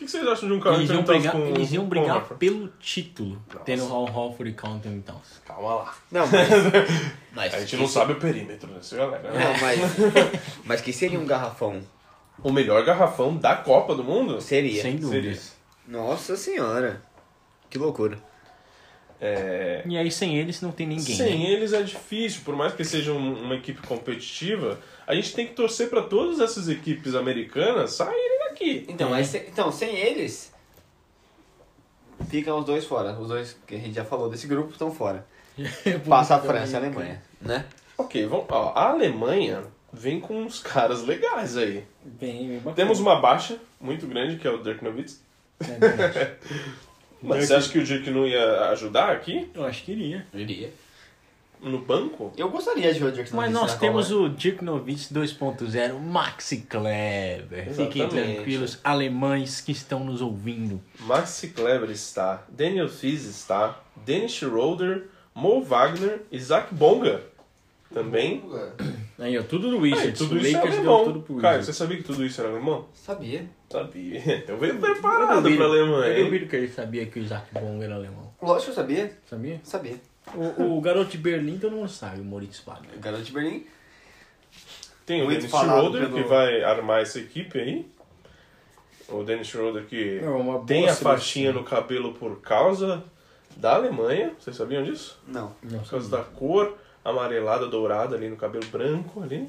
[SPEAKER 2] que, que vocês acham de um Carl
[SPEAKER 4] eles, iam
[SPEAKER 2] Anthony Towns
[SPEAKER 4] brigar,
[SPEAKER 2] com
[SPEAKER 4] eles iam
[SPEAKER 2] com
[SPEAKER 4] brigar
[SPEAKER 2] Horford?
[SPEAKER 4] pelo título, tendo Hall Hofford e Counting Towns.
[SPEAKER 2] Calma lá.
[SPEAKER 3] Não, <laughs> mas.
[SPEAKER 4] Mas
[SPEAKER 2] A gente não sabe o perímetro dessa galera. né?
[SPEAKER 3] não, mas. <laughs> Mas que seria um garrafão?
[SPEAKER 2] O melhor garrafão da Copa do Mundo?
[SPEAKER 3] Seria.
[SPEAKER 4] Sem dúvidas.
[SPEAKER 3] Nossa senhora. Que loucura.
[SPEAKER 2] É,
[SPEAKER 4] E aí sem eles não tem ninguém.
[SPEAKER 2] Sem
[SPEAKER 4] né?
[SPEAKER 2] eles é difícil, por mais que seja um- uma equipe competitiva, a gente tem que torcer pra todas essas equipes americanas saírem daqui.
[SPEAKER 3] Então, mas se- então, sem eles, ficam os dois fora. Os dois que a gente já falou desse grupo estão
[SPEAKER 4] <laughs>
[SPEAKER 3] fora.
[SPEAKER 4] É
[SPEAKER 3] Passa a França e a Alemanha, né?
[SPEAKER 2] Ok, vamos, ó, a Alemanha vem com uns caras legais aí.
[SPEAKER 4] Bem, bem bacana.
[SPEAKER 2] Temos uma baixa muito grande que é o Dirk Nowitzki. Mas você acha que o Dirk não ia ajudar aqui
[SPEAKER 4] Eu acho que iria.
[SPEAKER 3] Iria.
[SPEAKER 2] no banco?
[SPEAKER 3] Eu gostaria de ver o Dirk
[SPEAKER 4] Mas nós temos o Dirk Nowitzki 2.0, Maxi Kleber. Fiquem
[SPEAKER 2] Exatamente.
[SPEAKER 4] tranquilos, alemães que estão nos ouvindo.
[SPEAKER 2] Maxi Kleber está, Daniel Fiz está, Dennis Schroeder, Mo Wagner, Isaac Bonga também.
[SPEAKER 4] Aí, ó, tudo do
[SPEAKER 2] Ah, e
[SPEAKER 4] Wizards.
[SPEAKER 2] tudo
[SPEAKER 4] o
[SPEAKER 2] isso é
[SPEAKER 4] Lakers deu tudo
[SPEAKER 2] alemão.
[SPEAKER 4] pro
[SPEAKER 2] Cara,
[SPEAKER 4] Wizards.
[SPEAKER 2] você sabia que tudo isso era alemão?
[SPEAKER 3] Sabia.
[SPEAKER 2] Sabia. Eu veio
[SPEAKER 4] é
[SPEAKER 2] preparado pra Alemanha,
[SPEAKER 4] Eu
[SPEAKER 2] hein?
[SPEAKER 4] duvido que ele sabia que o Isaac Bonga era alemão.
[SPEAKER 3] Lógico que eu sabia.
[SPEAKER 4] Sabia?
[SPEAKER 3] Sabia.
[SPEAKER 4] O, <laughs> o garoto de Berlim todo mundo sabe, o Moritz Wagner.
[SPEAKER 3] O garoto de Berlim.
[SPEAKER 2] Tem o
[SPEAKER 3] Muito
[SPEAKER 2] Dennis
[SPEAKER 3] falado
[SPEAKER 2] Schroeder,
[SPEAKER 3] pelo-
[SPEAKER 2] que vai armar essa equipe aí. O Dennis Schroeder que
[SPEAKER 4] É uma boa
[SPEAKER 2] tem a
[SPEAKER 4] seleção.
[SPEAKER 2] faixinha no cabelo por causa da Alemanha. Vocês sabiam disso?
[SPEAKER 3] Não.
[SPEAKER 4] Não,
[SPEAKER 2] Por causa da cor amarelada, dourada ali no cabelo branco ali.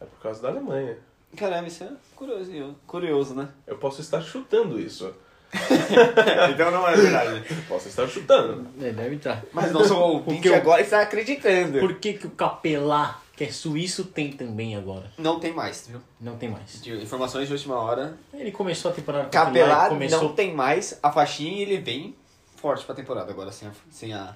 [SPEAKER 2] É por causa da Alemanha.
[SPEAKER 3] Caramba, isso é curioso, curioso né?
[SPEAKER 2] Eu posso estar chutando isso.
[SPEAKER 3] <laughs> então não é verdade.
[SPEAKER 2] Eu posso estar chutando.
[SPEAKER 4] É, deve estar.
[SPEAKER 3] Mas nosso ouvinte
[SPEAKER 4] eu-
[SPEAKER 3] agora está acreditando.
[SPEAKER 4] Por que, que o Capelá, que é suíço, tem também agora?
[SPEAKER 3] Não tem mais, viu?
[SPEAKER 4] Não tem mais.
[SPEAKER 3] De informações de última hora.
[SPEAKER 4] Ele começou a temporada com o Capelá,
[SPEAKER 3] Capelá
[SPEAKER 4] e começou
[SPEAKER 3] não tem mais a faixinha e ele vem forte pra temporada agora, sem a. Sem a...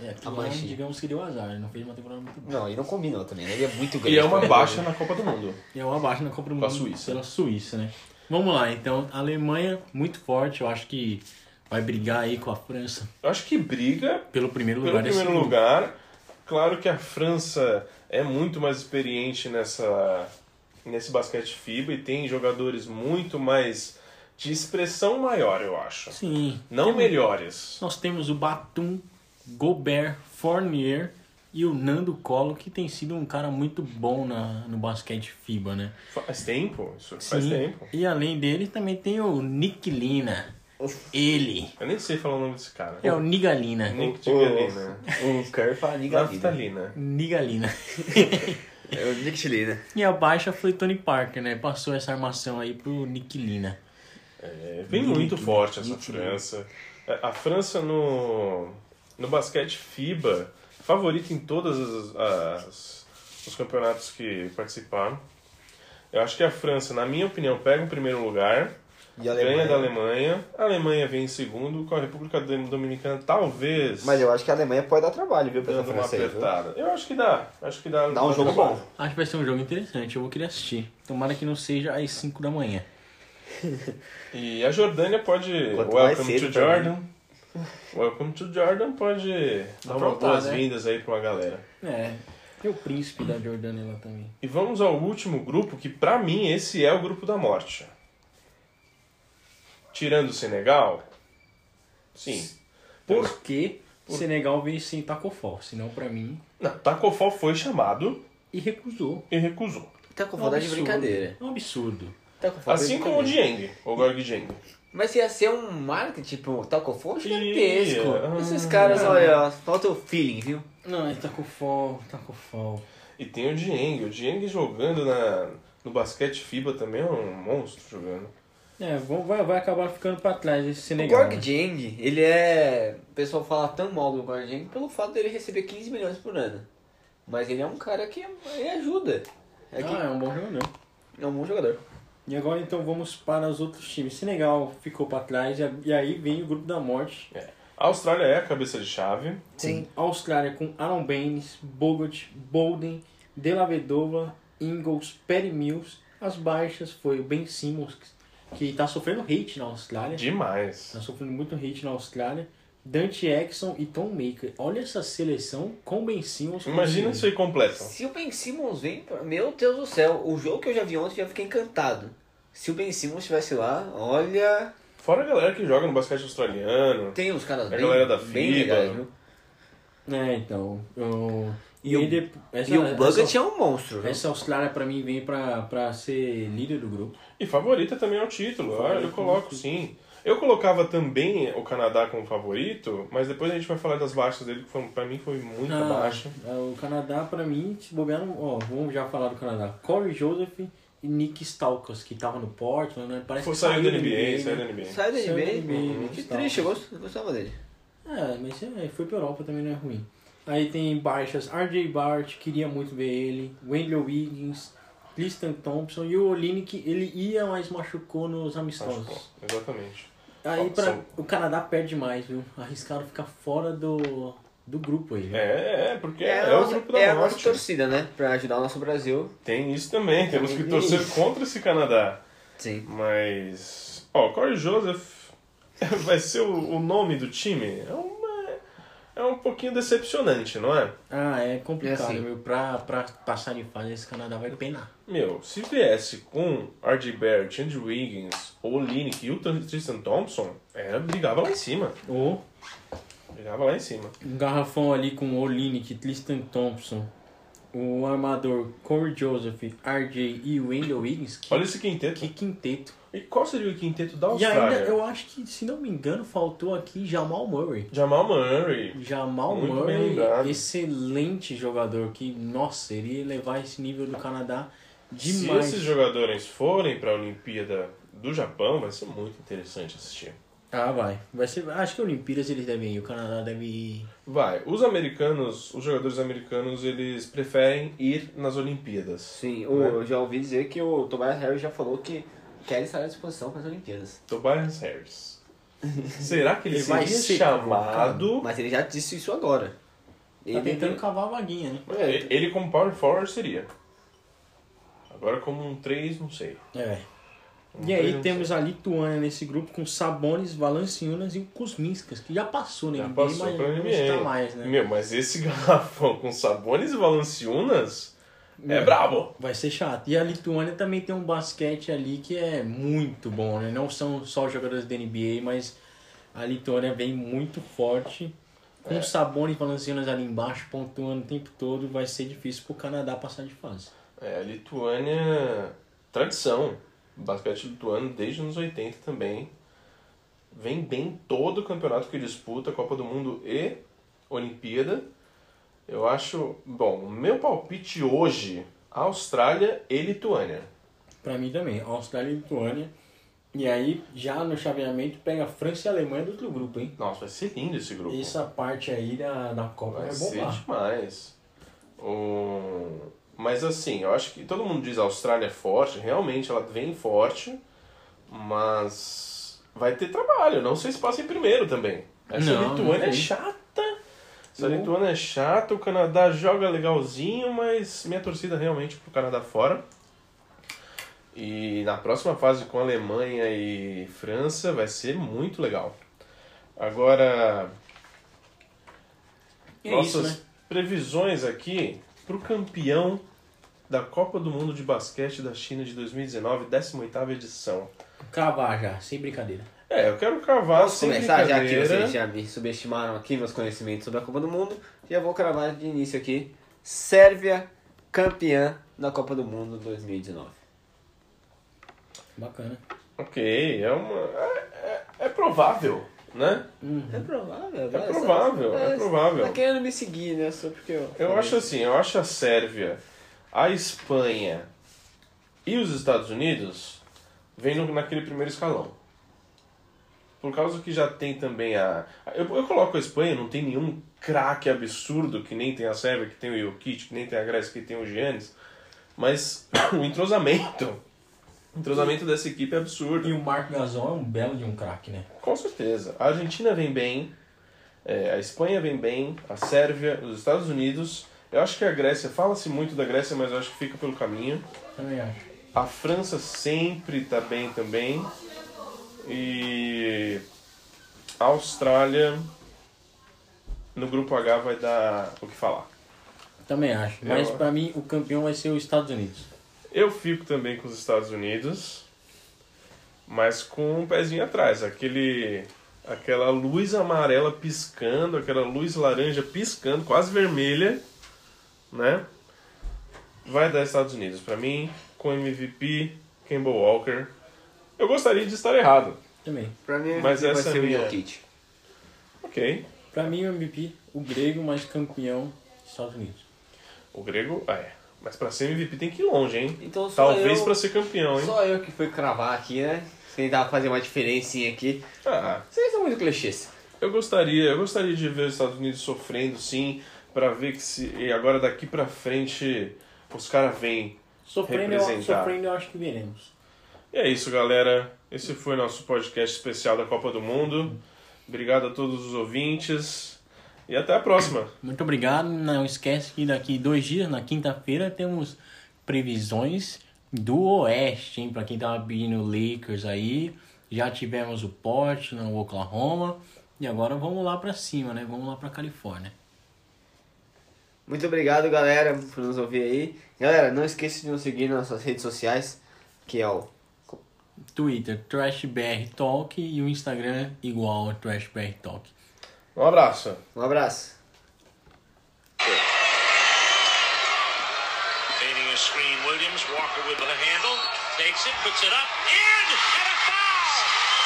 [SPEAKER 4] É, aquilo
[SPEAKER 3] A
[SPEAKER 4] lá,
[SPEAKER 3] manchinha.
[SPEAKER 4] digamos que deu azar, ele não fez uma temporada muito boa.
[SPEAKER 3] Não, e não combinou também, né? Ele é muito grande.
[SPEAKER 2] E é uma
[SPEAKER 3] também.
[SPEAKER 2] baixa na Copa do Mundo.
[SPEAKER 4] E é uma baixa na Copa do
[SPEAKER 2] Com a
[SPEAKER 4] Mundo
[SPEAKER 2] Suíça.
[SPEAKER 4] pela Suíça, né? Vamos lá, então, a Alemanha muito forte, eu acho que vai brigar aí com a França
[SPEAKER 2] Eu acho que briga
[SPEAKER 4] pelo primeiro
[SPEAKER 2] Pelo
[SPEAKER 4] lugar. desse
[SPEAKER 2] primeiro
[SPEAKER 4] grupo.
[SPEAKER 2] lugar, claro que a França é muito mais experiente nessa, nesse basquete FIBA e tem jogadores muito mais de expressão maior, eu acho.
[SPEAKER 4] Sim. um
[SPEAKER 2] Não melhores.
[SPEAKER 4] Nós temos o Batum, Gobert, Fournier e o Nando Colo, que tem sido um cara muito bom na, no basquete FIBA, né?
[SPEAKER 2] Faz tempo, isso faz
[SPEAKER 4] Sim.
[SPEAKER 2] tempo.
[SPEAKER 4] E além dele também tem o Nick Lina. Ele
[SPEAKER 2] Eu nem sei falar o nome desse cara.
[SPEAKER 4] é o Nigalina.
[SPEAKER 2] Nick
[SPEAKER 3] O-
[SPEAKER 2] Tigalina.
[SPEAKER 3] O Kerr né? Um fala liga vida.
[SPEAKER 2] Naftalina.
[SPEAKER 4] Nigalina.
[SPEAKER 3] É o Nick Chilina.
[SPEAKER 4] <laughs> E a baixa foi Tony Parker, né? Passou essa armação aí pro Nick Lina.
[SPEAKER 2] É, vem muito
[SPEAKER 4] Nick,
[SPEAKER 2] forte essa
[SPEAKER 4] Nick.
[SPEAKER 6] né?
[SPEAKER 2] França. É, A França no, no basquete FIBA, favorita em todos os campeonatos que participaram. Eu acho que a França, na minha opinião, pega o primeiro lugar,
[SPEAKER 6] E a
[SPEAKER 2] ganha
[SPEAKER 6] Alemanha.
[SPEAKER 2] da Alemanha, a Alemanha vem em segundo, com a República Dominicana talvez
[SPEAKER 6] Mas eu acho que a Alemanha pode dar trabalho, viu, pra essa
[SPEAKER 2] dando uma
[SPEAKER 6] França aí, viu?
[SPEAKER 2] apertada. Tá Eu acho que dá, acho que dá.
[SPEAKER 6] Dá um jogo
[SPEAKER 2] trabalho.
[SPEAKER 6] bom.
[SPEAKER 4] Acho que vai ser um jogo interessante, eu vou querer assistir. Tomara que não seja às 5 da manhã.
[SPEAKER 2] E a Jordânia pode.
[SPEAKER 6] Quanto mais
[SPEAKER 2] Welcome to
[SPEAKER 6] cedo pra
[SPEAKER 2] Jordan. Welcome to Jordan pode né? dar uma
[SPEAKER 4] Aprontar,
[SPEAKER 2] boas-vindas aí pra uma galera.
[SPEAKER 4] É. E o príncipe da Jordânia lá também.
[SPEAKER 2] E vamos ao último grupo, que pra mim esse é o grupo da morte. Tirando o Senegal? Sim.
[SPEAKER 4] Porque Senegal veio sem Tacofó, senão pra mim.
[SPEAKER 2] Não, Tacofó foi chamado
[SPEAKER 4] E recusou.
[SPEAKER 2] e recusou.
[SPEAKER 6] Tá com
[SPEAKER 4] É um
[SPEAKER 6] vontade de
[SPEAKER 4] absurdo.
[SPEAKER 6] brincadeira.
[SPEAKER 4] É um absurdo.
[SPEAKER 6] Tá com vontade de
[SPEAKER 2] Assim como o
[SPEAKER 6] brincadeira.
[SPEAKER 2] Dieng, o Gorg Dieng.
[SPEAKER 6] Mas ia ser um marketing, tipo, tacofone
[SPEAKER 2] Ia.
[SPEAKER 6] gigantesco.
[SPEAKER 2] Ah.
[SPEAKER 6] Esses caras, olha, ó, falta o feeling, viu?
[SPEAKER 4] Não, é Tacofó, Tacofó.
[SPEAKER 2] E tem o Dieng. O Dieng jogando na, no basquete FIBA também é um monstro jogando.
[SPEAKER 4] É, vão- vai, vai acabar ficando pra trás esse
[SPEAKER 6] O
[SPEAKER 4] Senegal.
[SPEAKER 6] Gorg
[SPEAKER 4] né?
[SPEAKER 6] Jang, ele é. O pessoal fala tão mal do Gorg Jang pelo fato dele receber 15 milhões por ano. Mas ele é um cara que ele ajuda. É, que-
[SPEAKER 4] Ah, é um bom jogo, não.
[SPEAKER 6] é um bom jogador.
[SPEAKER 4] E agora então vamos para os outros times. Senegal ficou pra trás e a- e aí vem o grupo da morte.
[SPEAKER 2] A Austrália é a cabeça de chave.
[SPEAKER 6] Sim.
[SPEAKER 4] Austrália com Aaron Baines, Bogut, Bolden, De La Vedova, Ingalls, Perry Mills. As baixas foi o Ben Simmons, que- que tá sofrendo hate na Austrália.
[SPEAKER 2] Demais.
[SPEAKER 4] Tá sofrendo muito hate na Austrália. Dante Exxon e Tom Maker. Olha essa seleção com Ben Simmons. com
[SPEAKER 2] Imagina
[SPEAKER 4] Simmons.
[SPEAKER 2] se aí completam.
[SPEAKER 6] Se o Ben Simmons vem, pra- meu Deus do céu, o jogo que eu já vi ontem eu já fiquei encantado. Se o Ben Simmons estivesse lá, olha.
[SPEAKER 2] Fora a galera que joga no basquete australiano.
[SPEAKER 6] Tem uns caras
[SPEAKER 2] É A
[SPEAKER 6] bem,
[SPEAKER 2] galera da
[SPEAKER 6] bem
[SPEAKER 2] FIBA. né?
[SPEAKER 6] legais, viu?
[SPEAKER 4] É, então. eu-
[SPEAKER 6] E o-
[SPEAKER 4] dep- essa-
[SPEAKER 6] E o Bucket
[SPEAKER 4] essa-
[SPEAKER 6] é um monstro, viu?
[SPEAKER 4] Essa Austrália pra mim vem pra, pra ser líder do grupo.
[SPEAKER 2] E favorita também é o título. ah,
[SPEAKER 4] Favorita.
[SPEAKER 2] eu coloco sim. Eu colocava também o Canadá como favorito, mas depois a gente vai falar das baixas dele, que foram- pra mim foi muito
[SPEAKER 4] Ah,
[SPEAKER 2] baixa.
[SPEAKER 4] é, O Canadá pra mim, se bobear, não- ó, vamos já falar do Canadá. Corey Joseph e Nick Stalkas, que tava no Portland, né? Parece
[SPEAKER 2] Foi,
[SPEAKER 4] que
[SPEAKER 2] saiu da NBA,
[SPEAKER 4] né?
[SPEAKER 2] saiu da NBA.
[SPEAKER 6] Sai do
[SPEAKER 4] Saiu
[SPEAKER 6] NBA.
[SPEAKER 4] do NBA,
[SPEAKER 6] Que
[SPEAKER 4] tal.
[SPEAKER 6] triste, eu gosto- eu gostava dele.
[SPEAKER 4] É, mas é, foi pra Europa também não é ruim. Aí tem baixas, RJ Bart, queria muito ver ele, Wendell Wiggins, Tristan Thompson e o Olinick, ele ia, mas machucou nos
[SPEAKER 2] Acho
[SPEAKER 4] amistosos.
[SPEAKER 2] que- exatamente.
[SPEAKER 4] Aí
[SPEAKER 2] Ó,
[SPEAKER 4] pra,
[SPEAKER 2] são-
[SPEAKER 4] o Canadá perde mais, viu? Arriscaram ficar fora do, do grupo aí. viu?
[SPEAKER 2] É, é, porque
[SPEAKER 6] a
[SPEAKER 2] é,
[SPEAKER 6] nossa-
[SPEAKER 2] o grupo da
[SPEAKER 6] é a nossa
[SPEAKER 2] morte.
[SPEAKER 6] torcida, né? Pra ajudar o nosso Brasil.
[SPEAKER 2] Tem isso também, temos que
[SPEAKER 6] Tem
[SPEAKER 2] torcer
[SPEAKER 6] isso.
[SPEAKER 2] contra esse Canadá.
[SPEAKER 6] Sim.
[SPEAKER 2] Mas. Ó, o Corey Joseph <laughs> vai ser o, o nome do time. É uma. É um pouquinho decepcionante, não é?
[SPEAKER 4] Ah, é complicado,
[SPEAKER 6] É assim.
[SPEAKER 4] viu? Pra, pra passar de fase, esse Canadá vai penar.
[SPEAKER 2] Meu, se viesse com R.J. Barrett, Andrew Wiggins, Olinick e o Tristan Thompson, era, brigava lá em cima.
[SPEAKER 4] Ou
[SPEAKER 2] Brigava lá em cima.
[SPEAKER 4] um garrafão ali com o Olinick, Tristan Thompson, o armador Corey Joseph, RJ e Wendell Wiggins. Que,
[SPEAKER 2] Olha esse quinteto.
[SPEAKER 4] que quinteto.
[SPEAKER 2] E qual seria o quinteto da
[SPEAKER 4] E ainda,
[SPEAKER 2] Austrália?
[SPEAKER 4] eu acho que, se não me engano, faltou aqui Jamal Murray.
[SPEAKER 2] Jamal Murray.
[SPEAKER 4] Jamal
[SPEAKER 2] Muito bem lembrado.
[SPEAKER 4] Murray, excelente jogador que, nossa, iria elevar esse nível do Canadá demais.
[SPEAKER 2] Se esses jogadores forem para a Olimpíada do Japão, vai ser muito interessante assistir.
[SPEAKER 4] Ah, vai. vai ser, acho que a Olimpíadas eles devem ir, o Canadá deve ir. Tá
[SPEAKER 2] Vai, os americanos, os jogadores americanos, eles preferem ir nas Olimpíadas.
[SPEAKER 6] Sim, o- eu já ouvi dizer que o Tobias Harris já falou que quer estar à disposição para as Olimpíadas.
[SPEAKER 2] Tobias Então,
[SPEAKER 4] <laughs>
[SPEAKER 2] Harris. Será que ele,
[SPEAKER 4] Ele
[SPEAKER 2] seria
[SPEAKER 4] vai ser
[SPEAKER 2] chamado?
[SPEAKER 6] Mas ele já disse isso agora.
[SPEAKER 4] Tá
[SPEAKER 6] Ele
[SPEAKER 4] tentando cavar a vaguinha, né?
[SPEAKER 2] É, ele como power forward seria. Agora como um 3, não sei.
[SPEAKER 4] É.
[SPEAKER 2] Um
[SPEAKER 4] E
[SPEAKER 2] três,
[SPEAKER 4] aí
[SPEAKER 2] não
[SPEAKER 4] temos
[SPEAKER 2] sei.
[SPEAKER 4] a Lituânia nesse grupo com Sabonis, Valanciunas e o Kuzminskas, que já passou na
[SPEAKER 2] Já
[SPEAKER 4] NBA,
[SPEAKER 2] passou
[SPEAKER 4] mas
[SPEAKER 2] pra
[SPEAKER 4] não
[SPEAKER 2] NBA.
[SPEAKER 4] está mais, né?
[SPEAKER 2] Meu, mas esse <laughs> garrafão com Sabonis e Valanciunas é brabo.
[SPEAKER 4] Vai ser chato. E a Lituânia também tem um basquete ali que é muito bom, né? Não são só jogadores da NBA, mas a Lituânia vem muito forte. Com
[SPEAKER 2] É.
[SPEAKER 4] o Sabonis e Valanciunas ali embaixo, pontuando o tempo todo, vai ser difícil pro Canadá passar de fase.
[SPEAKER 2] É, a Lituânia, tradição. Basquete lituano desde os anos 80 também. Vem bem todo o campeonato que disputa, Copa do Mundo e Olimpíada. Eu acho, bom, o meu palpite hoje, Austrália e Lituânia.
[SPEAKER 4] Pra mim também, Austrália e Lituânia. E aí, já no chaveamento, pega a França e a Alemanha do outro grupo, hein?
[SPEAKER 2] Nossa, vai ser lindo esse grupo.
[SPEAKER 4] Essa parte aí da, da Copa é
[SPEAKER 2] Vai
[SPEAKER 4] vai
[SPEAKER 2] ser
[SPEAKER 4] bombar.
[SPEAKER 2] demais. O... Mas assim, eu acho que todo mundo diz a Austrália é forte, realmente ela vem forte, mas vai ter trabalho, não sei se passa em primeiro também. Essa
[SPEAKER 4] Não,
[SPEAKER 2] Lituânia
[SPEAKER 4] não
[SPEAKER 2] é
[SPEAKER 4] tem.
[SPEAKER 2] chata. Essa Lituânia é chata, o Canadá joga legalzinho, mas minha torcida realmente pro Canadá fora. E na próxima fase com Alemanha e França vai ser muito legal. Agora,
[SPEAKER 4] E é
[SPEAKER 2] nossas
[SPEAKER 4] isso, né?
[SPEAKER 2] previsões aqui pro campeão da Copa do Mundo de Basquete da China de 2019, 18ª edição.
[SPEAKER 4] Cavar já, sem brincadeira.
[SPEAKER 2] É, eu quero cavar
[SPEAKER 6] Posso
[SPEAKER 2] sem
[SPEAKER 6] começar, já que
[SPEAKER 2] brincadeira.
[SPEAKER 6] vocês já me subestimaram aqui meus conhecimentos sobre a Copa do Mundo, já vou cravar de início aqui. Sérvia campeã da Copa do Mundo 2019.
[SPEAKER 4] Bacana.
[SPEAKER 2] Ok, é uma... É, é- é provável, né?
[SPEAKER 6] É provável,
[SPEAKER 2] É provável, é provável.
[SPEAKER 6] Tá querendo me seguir, né? Só porque eu.
[SPEAKER 2] Eu acho assim, eu acho a Sérvia, a Espanha e os Estados Unidos vêm no- naquele primeiro escalão. Por causa que já tem também a. Eu, eu coloco a Espanha, não tem nenhum craque absurdo, que nem tem a Sérvia, que tem o Jokic, que nem tem a Grécia, que tem o Giannis. Mas <coughs> o entrosamento. O entrosamento dessa equipe é absurdo.
[SPEAKER 4] E o Marco Gasol é um belo de um craque, né?
[SPEAKER 2] Com certeza. A Argentina vem bem, é, a Espanha vem bem, a Sérvia, os Estados Unidos. Eu acho que a Grécia, fala-se muito da Grécia, mas eu acho que fica pelo caminho.
[SPEAKER 4] Também acho.
[SPEAKER 2] A França sempre tá bem também. E a Austrália no grupo H vai dar o que falar.
[SPEAKER 4] Também acho. Mas
[SPEAKER 2] Eu-
[SPEAKER 4] pra mim o campeão vai ser os Estados Unidos.
[SPEAKER 2] Eu fico também com os Estados Unidos, mas com um pezinho atrás, aquele aquela luz amarela piscando, aquela luz laranja piscando, quase vermelha, né? Vai dar Estados Unidos pra mim, com MVP, Kemba Walker. Eu gostaria de estar errado.
[SPEAKER 4] Também.
[SPEAKER 6] Pra mim,
[SPEAKER 2] Mas
[SPEAKER 6] vai
[SPEAKER 2] essa
[SPEAKER 6] ser
[SPEAKER 2] é minha-
[SPEAKER 6] o Jokic.
[SPEAKER 2] OK.
[SPEAKER 4] Pra mim o MVP, o grego, mas campeão Estados Unidos.
[SPEAKER 2] O grego, ah, é. Mas pra ser MVP tem que ir longe, hein?
[SPEAKER 6] Então só
[SPEAKER 2] Talvez
[SPEAKER 6] eu,
[SPEAKER 2] pra ser campeão, hein?
[SPEAKER 6] Só eu que fui cravar aqui, né? Tentar fazer uma diferencinha aqui.
[SPEAKER 2] Ah,
[SPEAKER 6] Vocês são muito clichês.
[SPEAKER 2] Eu gostaria, eu gostaria de ver os Estados Unidos sofrendo, sim, pra ver que se e agora daqui pra frente os caras vêm.
[SPEAKER 4] Sofrendo eu,
[SPEAKER 2] Representar.
[SPEAKER 4] sofrendo, eu acho que veremos.
[SPEAKER 2] E é isso, galera. Esse foi nosso podcast especial da Copa do Mundo. Obrigado a todos os ouvintes e até a próxima.
[SPEAKER 4] Muito obrigado. Não esquece que daqui dois dias, na quinta-feira, temos previsões do Oeste, hein? Pra quem tava pedindo Lakers aí. Já tivemos o Portland, o Oklahoma. E agora vamos lá pra cima, né? Vamos lá pra Califórnia.
[SPEAKER 6] Muito obrigado, galera, por nos ouvir aí. Galera, não esqueça de nos seguir nas nossas redes sociais, que é o
[SPEAKER 4] Twitter, TrashBR Talk e o Instagram igual ao TrashBR Talk.
[SPEAKER 2] Um abraço.
[SPEAKER 6] Um abraço.
[SPEAKER 1] Baiting a screen, Williams. Walker with the handle. Takes it, puts it up. In! And a foul! Oh,